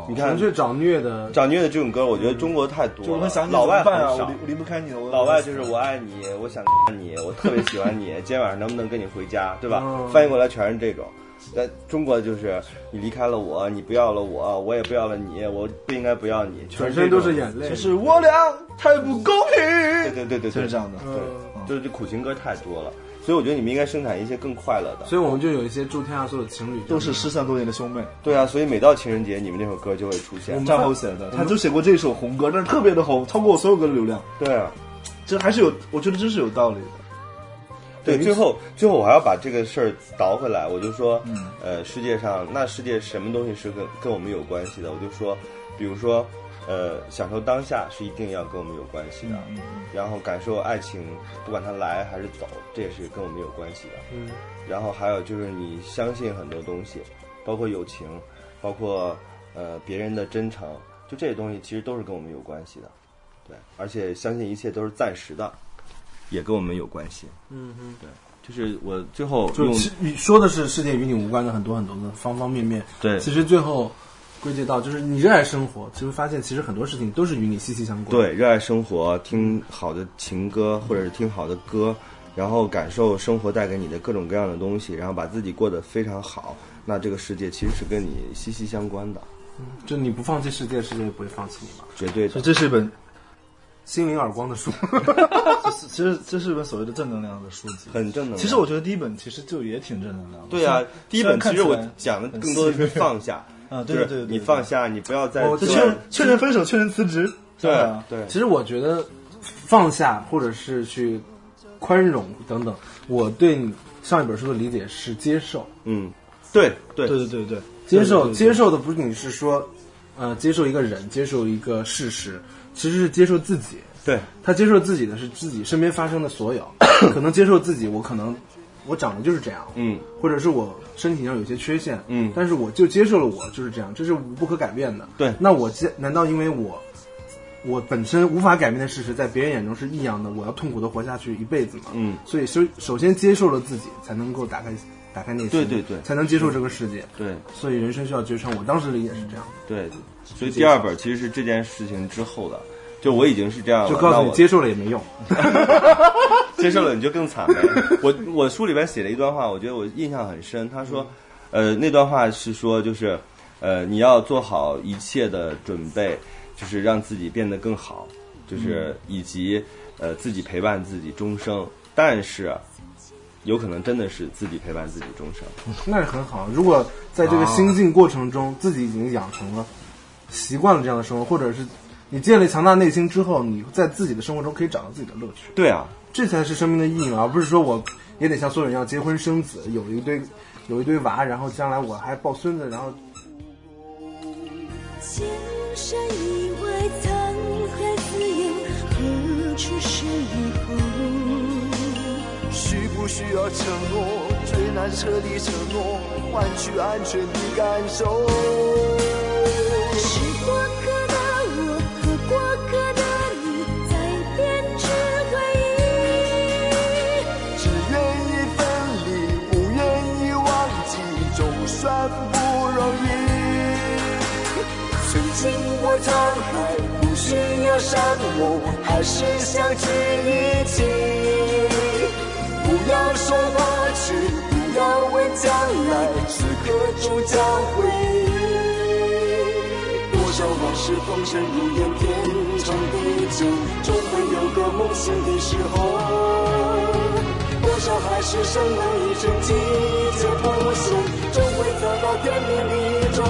Speaker 3: 我
Speaker 1: 哦
Speaker 2: 看
Speaker 3: 们去找虐的，
Speaker 2: 嗯找虐的这种歌，我觉得中国太多
Speaker 1: 就我
Speaker 2: 了，
Speaker 1: 很想你
Speaker 2: 老外
Speaker 1: 怎么办啊，我
Speaker 2: 很少
Speaker 1: 离。我离不开你了。我
Speaker 2: 老外就是我爱你，我想你，我特别喜欢你，今天晚上能不能跟你回家，对吧？
Speaker 3: 嗯
Speaker 2: 翻译过来全是这种。在中国就是你离开了我，你不要了我，我也不要了你，我不应该不要你，全
Speaker 3: 全
Speaker 2: 是这
Speaker 3: 身
Speaker 2: 种
Speaker 3: 都是眼泪。
Speaker 1: 就是我俩太不公平。
Speaker 2: 对对对对对，
Speaker 1: 就是这样的
Speaker 2: 对，
Speaker 3: 嗯，
Speaker 1: 嗯，
Speaker 2: 就是这苦情歌太多了，所以我觉得你们应该生产一些更快乐的。
Speaker 3: 所以我们就有一些祝天下所有情侣
Speaker 1: 都是失散多年的兄妹，
Speaker 2: 对啊，所以每到情人节，你们这首歌就会出现。啊
Speaker 1: 战后写的，他就写过这首红歌，但是特别的红，超过我所有歌的流量，
Speaker 2: 对啊，
Speaker 1: 这还是有，我觉得真是有道理的。
Speaker 2: 对，最后最后我还要把这个事儿倒回来，我就说，呃，世界上那世界什么东西是跟跟我们有关系的？我就说，比如说，呃，享受当下是一定要跟我们有关系的，
Speaker 1: 嗯
Speaker 3: 嗯
Speaker 2: 然后感受爱情，不管它来还是走，这也是跟我们有关系的。
Speaker 3: 嗯，
Speaker 2: 然后还有就是你相信很多东西，包括友情，包括呃别人的真诚，就这些东西其实都是跟我们有关系的，对，而且相信一切都是暂时的，也跟我们有关系。
Speaker 3: 嗯嗯，
Speaker 2: 就是我最后
Speaker 3: 就
Speaker 2: 用
Speaker 3: 是你说的是世界与你无关的很多很多的方方面面，
Speaker 2: 对
Speaker 3: 其实最后归结到就是你热爱生活，其实发现其实很多事情都是与你息息相关。，
Speaker 2: 对热爱生活，听好的情歌或者是听好的歌，然后感受生活带给你的各种各样的东西，然后把自己过得非常好，那这个世界其实是跟你息息相关的，
Speaker 3: 就你不放弃世界，世界也不会放弃你嘛。
Speaker 2: 绝对
Speaker 1: 所
Speaker 2: 的
Speaker 1: 以。这是一本，
Speaker 3: 心灵耳光的书，
Speaker 1: 其实这是一本所谓的正能量的书籍，
Speaker 2: 很正能量
Speaker 1: 其实我觉得第一本其实就也挺正能量的。
Speaker 2: 对啊，第一本其实我讲的
Speaker 1: 很
Speaker 2: 更多的是
Speaker 1: 细
Speaker 2: 放下，
Speaker 1: (laughs) 啊
Speaker 2: 就
Speaker 1: 对
Speaker 2: 是
Speaker 1: 对对对
Speaker 2: 你放下，你不要再
Speaker 3: 我
Speaker 1: 就
Speaker 2: 对
Speaker 1: 确认确认分手，确认辞职，
Speaker 2: 对
Speaker 1: 啊
Speaker 2: 对，
Speaker 3: 其实我觉得放下或者是去宽容等等，我对你上一本书的理解是接受，
Speaker 2: 嗯，对对
Speaker 1: 对对对对，
Speaker 3: 接受
Speaker 1: 对对对
Speaker 3: 接受的不仅是说，呃，接受一个人，接受一个事实，其实是接受自己。
Speaker 2: 对
Speaker 3: 他接受自己的是自己身边发生的
Speaker 2: (coughs)
Speaker 3: 所有，可能接受自己，我可能我长得就是这样，
Speaker 2: 嗯，
Speaker 3: 或者是我身体上有些缺陷，
Speaker 2: 嗯
Speaker 3: 但是我就接受了我就是这样，这是无不可改变的。
Speaker 2: 对
Speaker 3: 那我接难道因为我我本身无法改变的事实，在别人眼中是异样的，我要痛苦的活下去一辈子吗？
Speaker 2: 嗯
Speaker 3: 所以首首先接受了自己，才能够打开打开内心，
Speaker 2: 对对对
Speaker 3: 才能接受这个世界。
Speaker 2: 对
Speaker 3: 所以人生需要觉察，我当时理解是这样，
Speaker 2: 对，所以第二本其实是这件事情之后的，就我已经是这样了，
Speaker 3: 就告
Speaker 2: 嗯那
Speaker 3: 诉你
Speaker 2: 我
Speaker 3: 接受了也没用。
Speaker 2: 接受了你就更 (laughs) 惨呗。我我书里边写了一段话，我觉得我印象很深。他说，呃，那段话是说，就是，呃，你要做好一切的准备，就是让自己变得更好，就是以及呃自己陪伴自己终生。但是，有可能真的是自己陪伴自己终生。
Speaker 3: 那是很好。如果在这个心境过程中，自己已经养成了习惯了这样的生活，或者是你建立强大内心之后，你在自己的生活中可以找到自己的乐趣，
Speaker 2: 对啊，
Speaker 3: 这才是生命的意义嘛，啊而不是说我也得像所有人一样结婚生子，有一堆有一堆娃，然后将来我还抱孙子，然后
Speaker 4: 今生以为沧海自由，何处是以后？
Speaker 5: 需不需要承诺？最难彻底承诺，换取安全与感受。
Speaker 4: 是过客的我和过客的你在编织回忆。
Speaker 5: 只愿意分离，不愿意忘记，总算不容易。曾经过沧海，不需要山盟，还是相聚一起。不要说过去，不要问将来，此刻终将回忆。多少往事风尘如烟，天长地久，终会有个梦醒的时候。多少海誓山盟一生季节不限，终会走到天边的一种。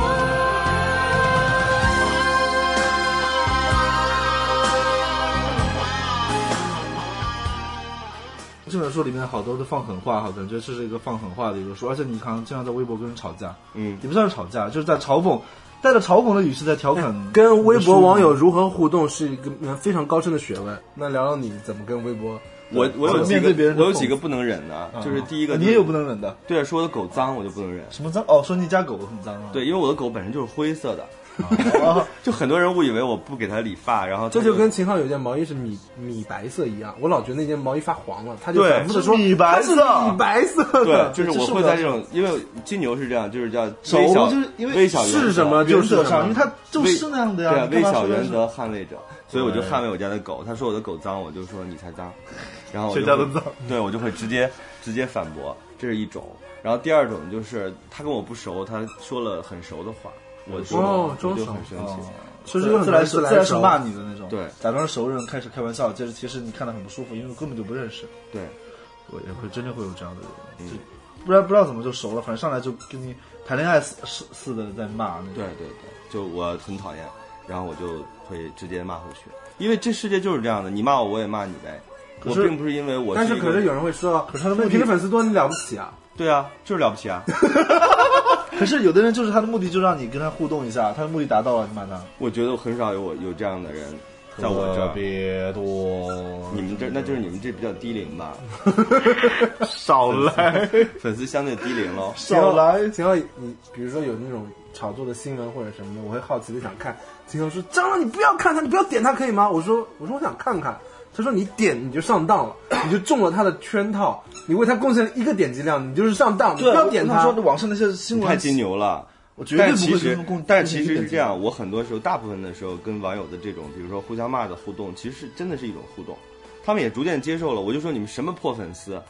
Speaker 1: 这本书里面好多都放狠话哈，感觉这是一个放狠话的一个书，而且你好像经常在微博跟人吵架，
Speaker 2: 嗯
Speaker 1: 也不算是吵架，就是在嘲讽，带着嘲讽的语气在调
Speaker 2: 哎
Speaker 1: 侃
Speaker 3: 跟微博网友
Speaker 1: 你的书
Speaker 3: 如何互动是一个呃非常高深的学问。那聊聊你怎么跟微博，
Speaker 2: 我我有几
Speaker 1: 面对别
Speaker 2: 个
Speaker 1: 人的
Speaker 2: 我有
Speaker 1: 讽
Speaker 2: 几个
Speaker 1: 刺
Speaker 2: 不能忍的，
Speaker 1: 嘛，
Speaker 2: 就是第一个、
Speaker 1: 啊你也有不能忍的，
Speaker 2: 对说我的狗脏我就不能忍。
Speaker 1: 什么脏哦，说你家狗很脏啊，
Speaker 2: 对，因为我的狗本身就是灰色的，
Speaker 1: 哦
Speaker 2: (laughs) 就很多人误以为我不给它理发，然后它
Speaker 3: 这就跟秦昊有件毛衣是米米白色一样，我老觉得那件毛衣发黄了，他就
Speaker 2: 对
Speaker 3: 反复的说
Speaker 1: 是米白色
Speaker 3: 它是米白色的，
Speaker 2: 对，就是我
Speaker 1: 这受
Speaker 2: 会
Speaker 1: 不了
Speaker 2: 在这种，因为金牛是这样，就是叫
Speaker 1: 手
Speaker 2: 微小，
Speaker 1: 就是因为
Speaker 2: 微小原则
Speaker 3: 是什么
Speaker 1: 原
Speaker 3: 就是
Speaker 1: 则
Speaker 3: 什么
Speaker 1: 上，因为他就
Speaker 2: 微
Speaker 1: 是那样的
Speaker 2: 对
Speaker 1: 呀，
Speaker 2: 啊
Speaker 1: 你
Speaker 2: 微
Speaker 1: 干嘛
Speaker 2: 小
Speaker 1: 说这
Speaker 2: 原
Speaker 1: 是
Speaker 2: 则捍卫者，所以我就捍卫我家的狗。他说我的狗脏，我就说你才脏，然后我
Speaker 1: 谁
Speaker 2: 就
Speaker 1: 家
Speaker 2: 会
Speaker 1: 都脏，
Speaker 2: 对我就会直接直接反驳，这是一种。然后第二种就是他跟我不熟，他说了很熟的话，我说
Speaker 3: 哦
Speaker 2: 我
Speaker 3: 装
Speaker 2: 就
Speaker 3: 熟
Speaker 2: 很生气
Speaker 1: 哦。
Speaker 3: 其实有
Speaker 1: 自
Speaker 3: 很多
Speaker 1: 来
Speaker 3: 人
Speaker 1: 熟
Speaker 3: 自
Speaker 1: 自来
Speaker 3: 来
Speaker 1: 熟
Speaker 3: 熟
Speaker 1: 骂你的那种，
Speaker 2: 对
Speaker 1: 假装熟人开始开玩笑，接着其实你看他很不舒服，因为根本就不认识，
Speaker 2: 对，
Speaker 1: 我也会真的会有这样的
Speaker 2: 嗯
Speaker 1: 人，就不然不知道怎么就熟了，反正上来就跟你谈恋爱似似似的在骂那种，
Speaker 2: 对对对，就我很讨厌，然后我就会直接骂回去，因为这世界就是这样的，你骂我，我也骂你呗。
Speaker 1: 可
Speaker 2: 我
Speaker 1: 是
Speaker 2: 并不是因为我
Speaker 3: 但
Speaker 2: 是
Speaker 3: 是
Speaker 2: 一
Speaker 3: 可
Speaker 2: 个
Speaker 3: 是有人会说，
Speaker 1: 可是他的目
Speaker 3: 我
Speaker 1: 的
Speaker 3: 评论粉丝多，你了不起啊？
Speaker 2: 对啊，就是了不起啊！ (laughs)
Speaker 1: 可是有的人就是他的目的就让你跟他互动一下，他的目的达到了，你骂他。
Speaker 2: 我觉得很少有我有这样的人在我这儿，
Speaker 1: 别多，
Speaker 2: 你们这那就是你们这比较低龄吧，
Speaker 1: (laughs) 少来
Speaker 2: 粉丝相对低龄喽。
Speaker 1: 少来，
Speaker 3: 秦昊，啊你比如说有那种炒作的新闻或者什么的，我会好奇的想看。秦昊说：“蟑螂，你不要看他，你不要点他，可以吗？”我说：“我说我想看看。”他说：“你点你就上当了，你就中了他的圈套，你为他贡献了一个点击量，你就是上当，你不
Speaker 1: 对，
Speaker 3: 要点
Speaker 1: 他
Speaker 3: 他
Speaker 1: 说。网上那些新
Speaker 2: 你太
Speaker 1: 闻，
Speaker 2: 金牛了。
Speaker 1: 我绝对
Speaker 2: 但
Speaker 1: 不
Speaker 2: 其
Speaker 1: 会跟
Speaker 2: 实
Speaker 1: 他们共，
Speaker 2: 但其
Speaker 1: 共
Speaker 2: 实是
Speaker 1: 情
Speaker 2: 这样，我很多时候，大部分的时候跟网友的这种，比如说互相骂的互动，其实是真的是一种互动。他们也逐渐接受了，我就说你们什么破粉丝，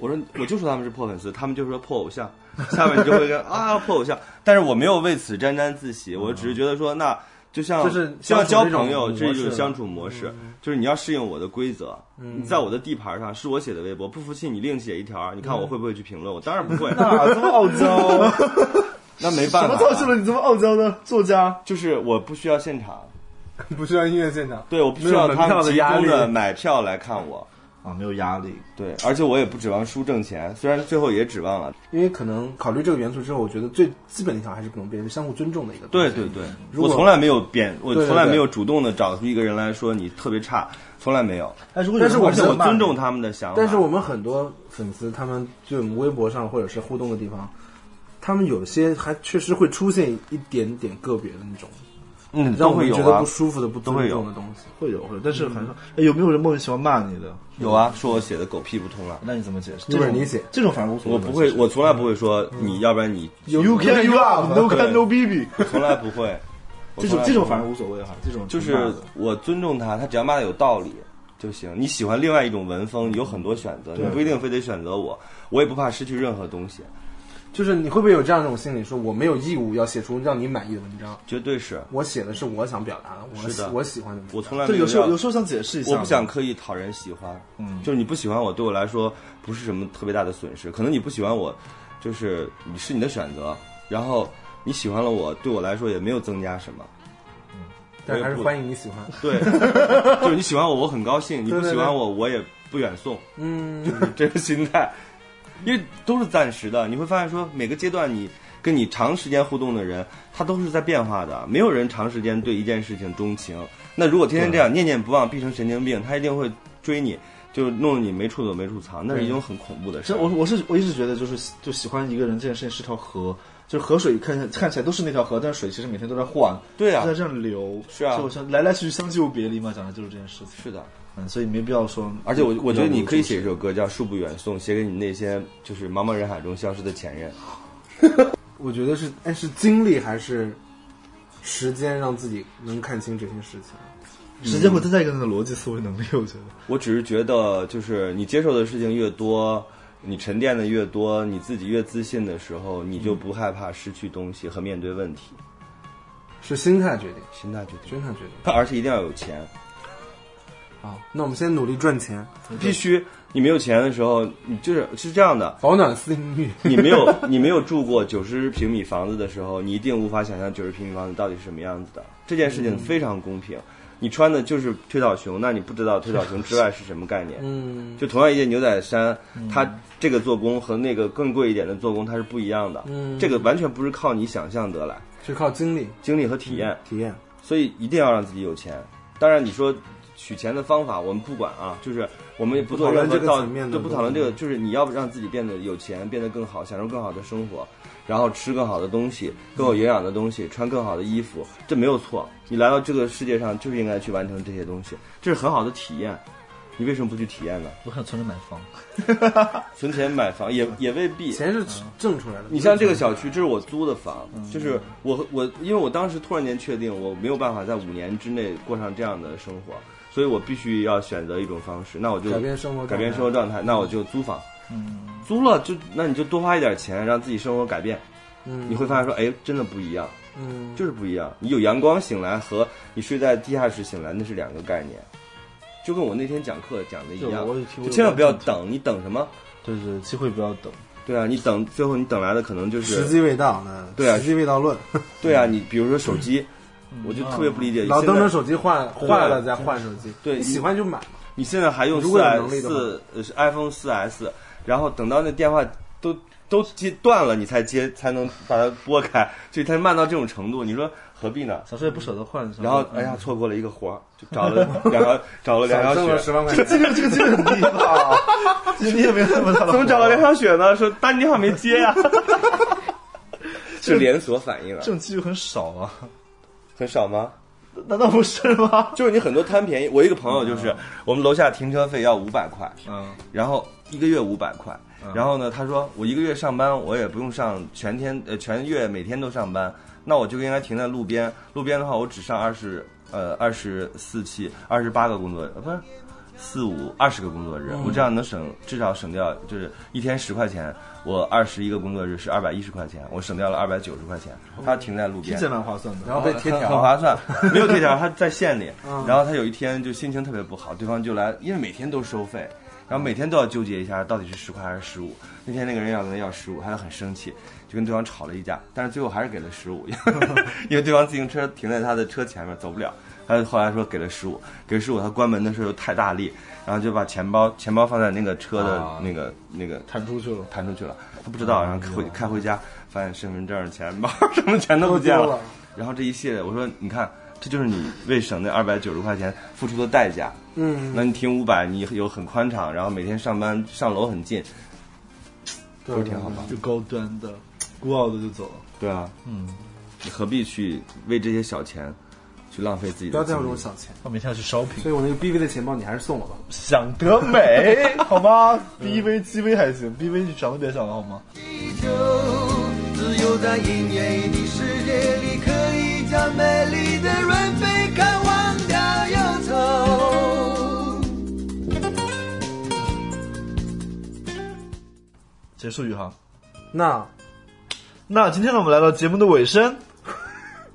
Speaker 2: 我说我就说他们是破粉丝，他们就说破偶像， (laughs) 下面你就会
Speaker 3: (laughs)
Speaker 2: 跟啊破偶像，但是我没有为此沾沾自喜，我只是觉得说那就像
Speaker 3: 嗯就是
Speaker 2: 像交
Speaker 3: 相处这种
Speaker 2: 朋友这
Speaker 3: 模
Speaker 2: 一种
Speaker 3: 式嗯
Speaker 2: 相处模式，就是你要适应我的规则，你在我的地盘上是我写的微博，不服气你另写一
Speaker 3: 嗯
Speaker 2: 条，你看我会不会去评论？我当然不
Speaker 3: (laughs)
Speaker 2: 会，
Speaker 1: 哪这么傲
Speaker 3: 啊
Speaker 1: 娇？
Speaker 2: (laughs) 那没
Speaker 1: 怎
Speaker 2: 办法
Speaker 1: 么
Speaker 2: 啊，
Speaker 1: 造就了你这么傲娇的作家？
Speaker 2: 就是我不需要现场，
Speaker 3: 不需要音乐现场，
Speaker 2: 对我不需要他
Speaker 3: 没有
Speaker 2: 们
Speaker 3: 门票的
Speaker 2: 集
Speaker 3: 压
Speaker 2: 中
Speaker 3: 力
Speaker 2: 的买票来看我，
Speaker 1: 啊，没有压力，
Speaker 2: 对，而且我也不指望书挣钱，虽然最后也指望了，
Speaker 3: 因为可能考虑这个元素之后，我觉得最基本的一条还是可能别人相互尊重的一个。
Speaker 2: 对对对，
Speaker 3: 如
Speaker 2: 我
Speaker 3: 果
Speaker 2: 从来没有贬，我
Speaker 3: 对对
Speaker 2: 从来
Speaker 3: 对
Speaker 2: 没有主动的找出一个人来说你特别差，从来没有，
Speaker 1: 但是
Speaker 3: 但是我
Speaker 2: 而且我
Speaker 3: 们
Speaker 2: 尊重他们的想法，
Speaker 3: 但是我们很多粉丝，他们就我们微博上或者是互动的地方，他们有些还确实会出现一点点个别的那种，
Speaker 2: 嗯
Speaker 3: 让
Speaker 2: 都
Speaker 3: 我
Speaker 2: 会
Speaker 3: 们
Speaker 2: 有
Speaker 3: 觉得
Speaker 2: 啊
Speaker 3: 不，舒服的、不
Speaker 2: 都会
Speaker 3: 尊
Speaker 2: 有
Speaker 3: 重的东西。
Speaker 1: 会有会有，但
Speaker 2: 嗯
Speaker 1: 是很少。哎有没有人莫名其妙骂你的？
Speaker 2: 有啊，说我写的狗屁不通啊。
Speaker 1: 那你怎么解释？这
Speaker 3: 有本
Speaker 1: 种
Speaker 3: 事你写
Speaker 1: 这种反而无所谓。
Speaker 2: 我不会，我从来
Speaker 3: 嗯
Speaker 2: 不会说你，要不然你，
Speaker 1: You can you up, no can no baby。
Speaker 2: 我从来不
Speaker 3: (laughs)
Speaker 2: 会。我
Speaker 1: 这种
Speaker 2: 从来
Speaker 1: 这种
Speaker 2: 不会
Speaker 1: 反而无所谓哈，这种
Speaker 3: 嗯
Speaker 2: 就是我尊重他，他只要骂的有道理就行。你喜欢另外一种文风，你有很多选择，你不一定非得选择我，我也不怕失去任何东西，
Speaker 3: 就是你会不会有这样一种心理，说我没有义务要写出让你满意的文章，
Speaker 2: 绝对是。
Speaker 3: 我写的是我想表达的，我
Speaker 2: 是的
Speaker 3: 喜我喜欢的文章。
Speaker 2: 我从来没
Speaker 1: 对，有时
Speaker 2: 要
Speaker 1: 候有时候想解释一下，
Speaker 2: 我不想刻意讨人喜欢，嗯，就是你不喜欢我，对我来说不是什么特别大的损失。可能你不喜欢我，就是你是你的选择，然后你喜欢了我，对我来说也没有增加什么。
Speaker 3: 但是还是
Speaker 2: 我也不
Speaker 3: 欢迎你喜欢。
Speaker 2: (laughs) 对，就是你喜欢我，我很高兴；你不
Speaker 3: 对对
Speaker 2: 喜欢
Speaker 3: 对
Speaker 2: 我，我也不远送。 (laughs)
Speaker 3: 嗯，
Speaker 2: 这个心态，因为都是暂时的。你会发现说，每个阶段你跟你长时间互动的人，他都是在变化的，没有人长时间对一件事情钟情。那如果天天这样念念不忘，必成神经病，他一定会追你，就弄得你没处躲没处藏，那是一种很恐怖的事
Speaker 1: 这
Speaker 2: 儿。
Speaker 1: 我我是我一直觉得就是喜就喜欢一个人这件事情是条河，就是河水看起来看起来都是那条河，但是水其实每天都在换，
Speaker 2: 对啊
Speaker 1: 都在这样流。
Speaker 2: 是啊
Speaker 1: 所以我想来来去去相聚又别离嘛，讲的就是这件事情。
Speaker 2: 是的，
Speaker 1: 嗯，所以没必要说。嗯
Speaker 2: 而且我我觉得你可以写一首歌叫《树不远送》，写给你那些就是茫茫人海中消失的前任。
Speaker 3: 我觉得是，哎，是精力还是时间让自己能看清这些事情？
Speaker 1: 时间会增加一个人的逻辑思维能力，我觉得。
Speaker 2: 我只是觉得，就是你接受的事情越多，你沉淀的越多，你自己越自信的时候，你就不害怕失去东西和面对问题，
Speaker 3: 是心态决定，
Speaker 2: 心态决定。
Speaker 3: 心态决定。
Speaker 2: 而且一定要有钱，
Speaker 3: 好，那我们先努力赚钱，。
Speaker 2: (laughs) 必须你没有钱的时候，你就是是这样的
Speaker 3: 保暖思淫欲。
Speaker 2: 你没有你没有住过九十平米房子的时候，你一定无法想象九十平米房子到底是什么样子的。这件事情非常公平，你穿的就是推倒熊，那你不知道推倒熊之外是什么概念。
Speaker 3: 嗯
Speaker 2: 就同样一件牛仔衫，它这个做工和那个更贵一点的做工它是不一样的，
Speaker 3: 嗯
Speaker 2: 这个完全不是靠你想象得来，
Speaker 3: 是靠精力
Speaker 2: 经历和体验，
Speaker 3: 体验。
Speaker 2: 所以一定要让自己有钱。当然，你说取钱的方法我们不管啊，就是我们也不做
Speaker 3: 不讨
Speaker 2: 任
Speaker 3: 论
Speaker 2: 何
Speaker 3: 这个
Speaker 2: 道
Speaker 3: 层面的
Speaker 2: 对，不讨论这
Speaker 3: 东西
Speaker 2: 个，就是你要让自己变得有钱，变得更好，享受更好的生活，然后吃更好的东西，更有营养的东西，穿更好的衣服，这没有错。你来到这个世界上就是应该去完成这些东西，这是很好的体验。你为什么不去体验呢？
Speaker 1: 我想存着买房，
Speaker 2: 存钱买房也也未必。
Speaker 3: 嗯钱嗯是挣出来的。
Speaker 2: 你像这个小区，这是我租的房，
Speaker 3: 嗯
Speaker 2: 就是我我，因为我当时突然间确定我没有办法在五年之内过上这样的生活，所以我必须要选择一种方式。那我就
Speaker 3: 改变生活状态
Speaker 2: 改变生活状态，那我就租房。租了就那你就多花一点钱，让自己生活改变，
Speaker 3: 嗯
Speaker 2: 你会发现说，哎，真的不一样。
Speaker 3: 嗯，
Speaker 2: 就是不一样。你有阳光醒来和你睡在地下室醒来那是两个概念，就跟我那天讲课讲的一
Speaker 1: 对
Speaker 2: 样
Speaker 1: 我也听，过
Speaker 2: 就千万不要
Speaker 1: 这个
Speaker 2: 等，你等什么？
Speaker 1: 对对，机会不要等。
Speaker 2: 对啊，你等最后你等来的可能就
Speaker 3: 时
Speaker 2: 是
Speaker 3: 机未到呢，
Speaker 2: 对啊
Speaker 3: 时机未
Speaker 2: (laughs)
Speaker 3: 到论。
Speaker 2: 对啊，你比如说手机，我就特别不理解，
Speaker 3: 嗯老
Speaker 2: 现在啊
Speaker 3: 登着手机换坏了再换手机，
Speaker 2: 对
Speaker 3: 你喜欢就买嘛。
Speaker 2: 你现在还用
Speaker 3: 如
Speaker 2: 四
Speaker 3: 果有能
Speaker 2: S
Speaker 3: 力的话
Speaker 2: 四呃是 iPhone 四 S，然后等到那电话都都接断了，你才接才能把它拨开，就它慢到这种程度，你说何必呢？
Speaker 1: 小时候也不舍得换，
Speaker 2: 然后哎呀，错过了一个活儿，就找
Speaker 3: (laughs)
Speaker 2: 了两个找了梁
Speaker 3: 少挣
Speaker 2: 小
Speaker 3: 了
Speaker 2: 雪
Speaker 3: 十，万块钱，
Speaker 1: 这个这个这个很低吧？啊你也没有那么大的，
Speaker 2: (laughs) 怎么找到梁？小雪呢？说打你电话没接
Speaker 3: (laughs)
Speaker 2: 呀、是连锁反应啊
Speaker 1: 这，种机遇很少啊，
Speaker 2: 很少吗？
Speaker 1: 难道不是 (laughs) 吗？
Speaker 2: 就是你很多贪便宜，我一个朋友就是，我们楼下停车费要五百块，
Speaker 1: 嗯，
Speaker 2: 然后一个月五百块。然后呢，他说我一个月上班，我也不用上全天呃全月每天都上班，那我就应该停在路边。路边的话，我只上二十呃二十四期二十八个工作呃不是四五二十个工作日，我这样能省至少省掉就是一天十块钱，我二十一个工作日是二百一十块钱，我省掉了二百九十块钱。他停在路边，
Speaker 1: 听起来蛮划算的。
Speaker 3: (laughs) 然后被贴
Speaker 2: 很
Speaker 3: 条，
Speaker 2: 划算， (laughs) 嗯没有贴条，他在县里。然后他有一天就心情特别不好，对方就来，因为每天都收费，然后每天都要纠结一下到底是十块还是十五。那天那个人要跟他要十五，他就很生气，就跟对方吵了一架，但是最后还是 (laughs) 给了十五，因为对方自行车停在他的车前面走不了。他就后来说给了十五，给十五，他关门的时候又太大力，然后就把钱包钱包放在那个车的
Speaker 1: 啊
Speaker 2: 那个、那个
Speaker 1: 弹出去了，
Speaker 2: 弹出去了，他不知
Speaker 3: 嗯
Speaker 2: 道，然后回开回家，发现身份证、钱包 (laughs) 什么全都不见
Speaker 3: 都丢了
Speaker 2: 然后这一系列，我说你看，这就是你为省那二百九十块钱付出的代价。
Speaker 3: 嗯，
Speaker 2: 那你停五百，你有很宽敞，然后每天上班上楼很近，
Speaker 3: 对
Speaker 2: 都挺好吧？
Speaker 1: 就高端的、孤傲的就走了。
Speaker 2: 对啊，
Speaker 1: 嗯，
Speaker 2: 你何必去为这些小钱去浪费自己
Speaker 3: 不
Speaker 2: 的
Speaker 3: 要在乎这
Speaker 2: 精
Speaker 3: 种
Speaker 2: 力？
Speaker 3: 小钱。
Speaker 1: 我哦每天要去 shopping，
Speaker 3: 所以我那个 BV 的钱包你还是送我吧。
Speaker 2: 嗯
Speaker 1: 想得美，好吗？BV、GV 还行，BV 你想都别想了，好吗？
Speaker 5: 嗯地球，只有在音乐的世界里，可以将美丽的润飞看忘掉忧愁。
Speaker 1: 结束宇航。
Speaker 3: 那
Speaker 1: 那今天呢，我们来到节目的尾声。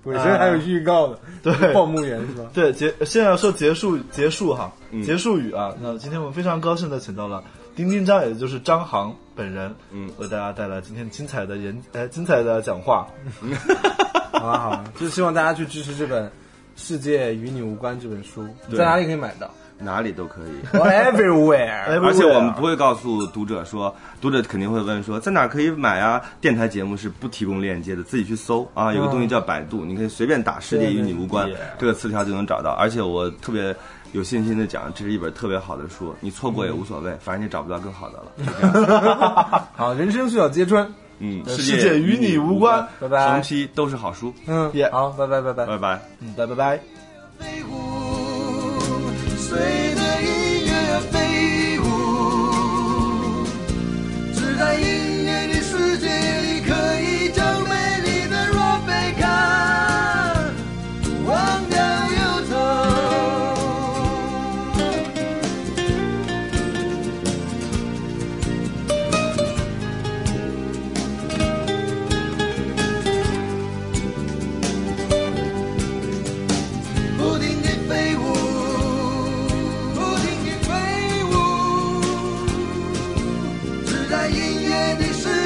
Speaker 3: 尾声还有预告的，
Speaker 1: 对
Speaker 3: 报幕员是
Speaker 2: (laughs)
Speaker 3: 吧？
Speaker 1: 对，结现在要说结束结束哈，结束语啊。那今天我们非常高兴的请到了丁丁张，也就是张航本人，
Speaker 2: 嗯
Speaker 1: 为大家带来今天精彩的演呃精彩的讲话。
Speaker 3: 好了好了，就是希望大家去支持这本《世界与你无关》这本书，
Speaker 2: 对
Speaker 3: 在哪里可以买到
Speaker 2: 哪里都可以。
Speaker 3: ？Everywhere。
Speaker 1: 啊
Speaker 2: 而且我们不会告诉读者说，读者肯定会问说在哪可以买啊？电台节目是不提供链接的，自己去搜啊。有个东西叫百度，你可以随便打“世界与你无关
Speaker 1: 嗯对对对”
Speaker 2: 这个词条就能找到。而且我特别有信心的讲，这是一本特别好的书，你错过也无所谓，
Speaker 1: 嗯
Speaker 2: 反正你找不到更好的了。就这样
Speaker 1: (laughs)
Speaker 3: 好，人生需要揭穿。
Speaker 2: 嗯，
Speaker 1: 世界与你无关
Speaker 3: 拜拜
Speaker 2: 横批都是好书，
Speaker 3: 嗯
Speaker 1: Yeah
Speaker 3: 好，拜拜拜拜。
Speaker 2: 拜呃拜。
Speaker 1: 嗯，拜拜拜。
Speaker 5: 飞舞，随着音乐飞舞，只在音乐的世界里，可以将美丽的若贝卡忘掉忧愁。不停地飞舞，不停地飞舞，只在音乐的世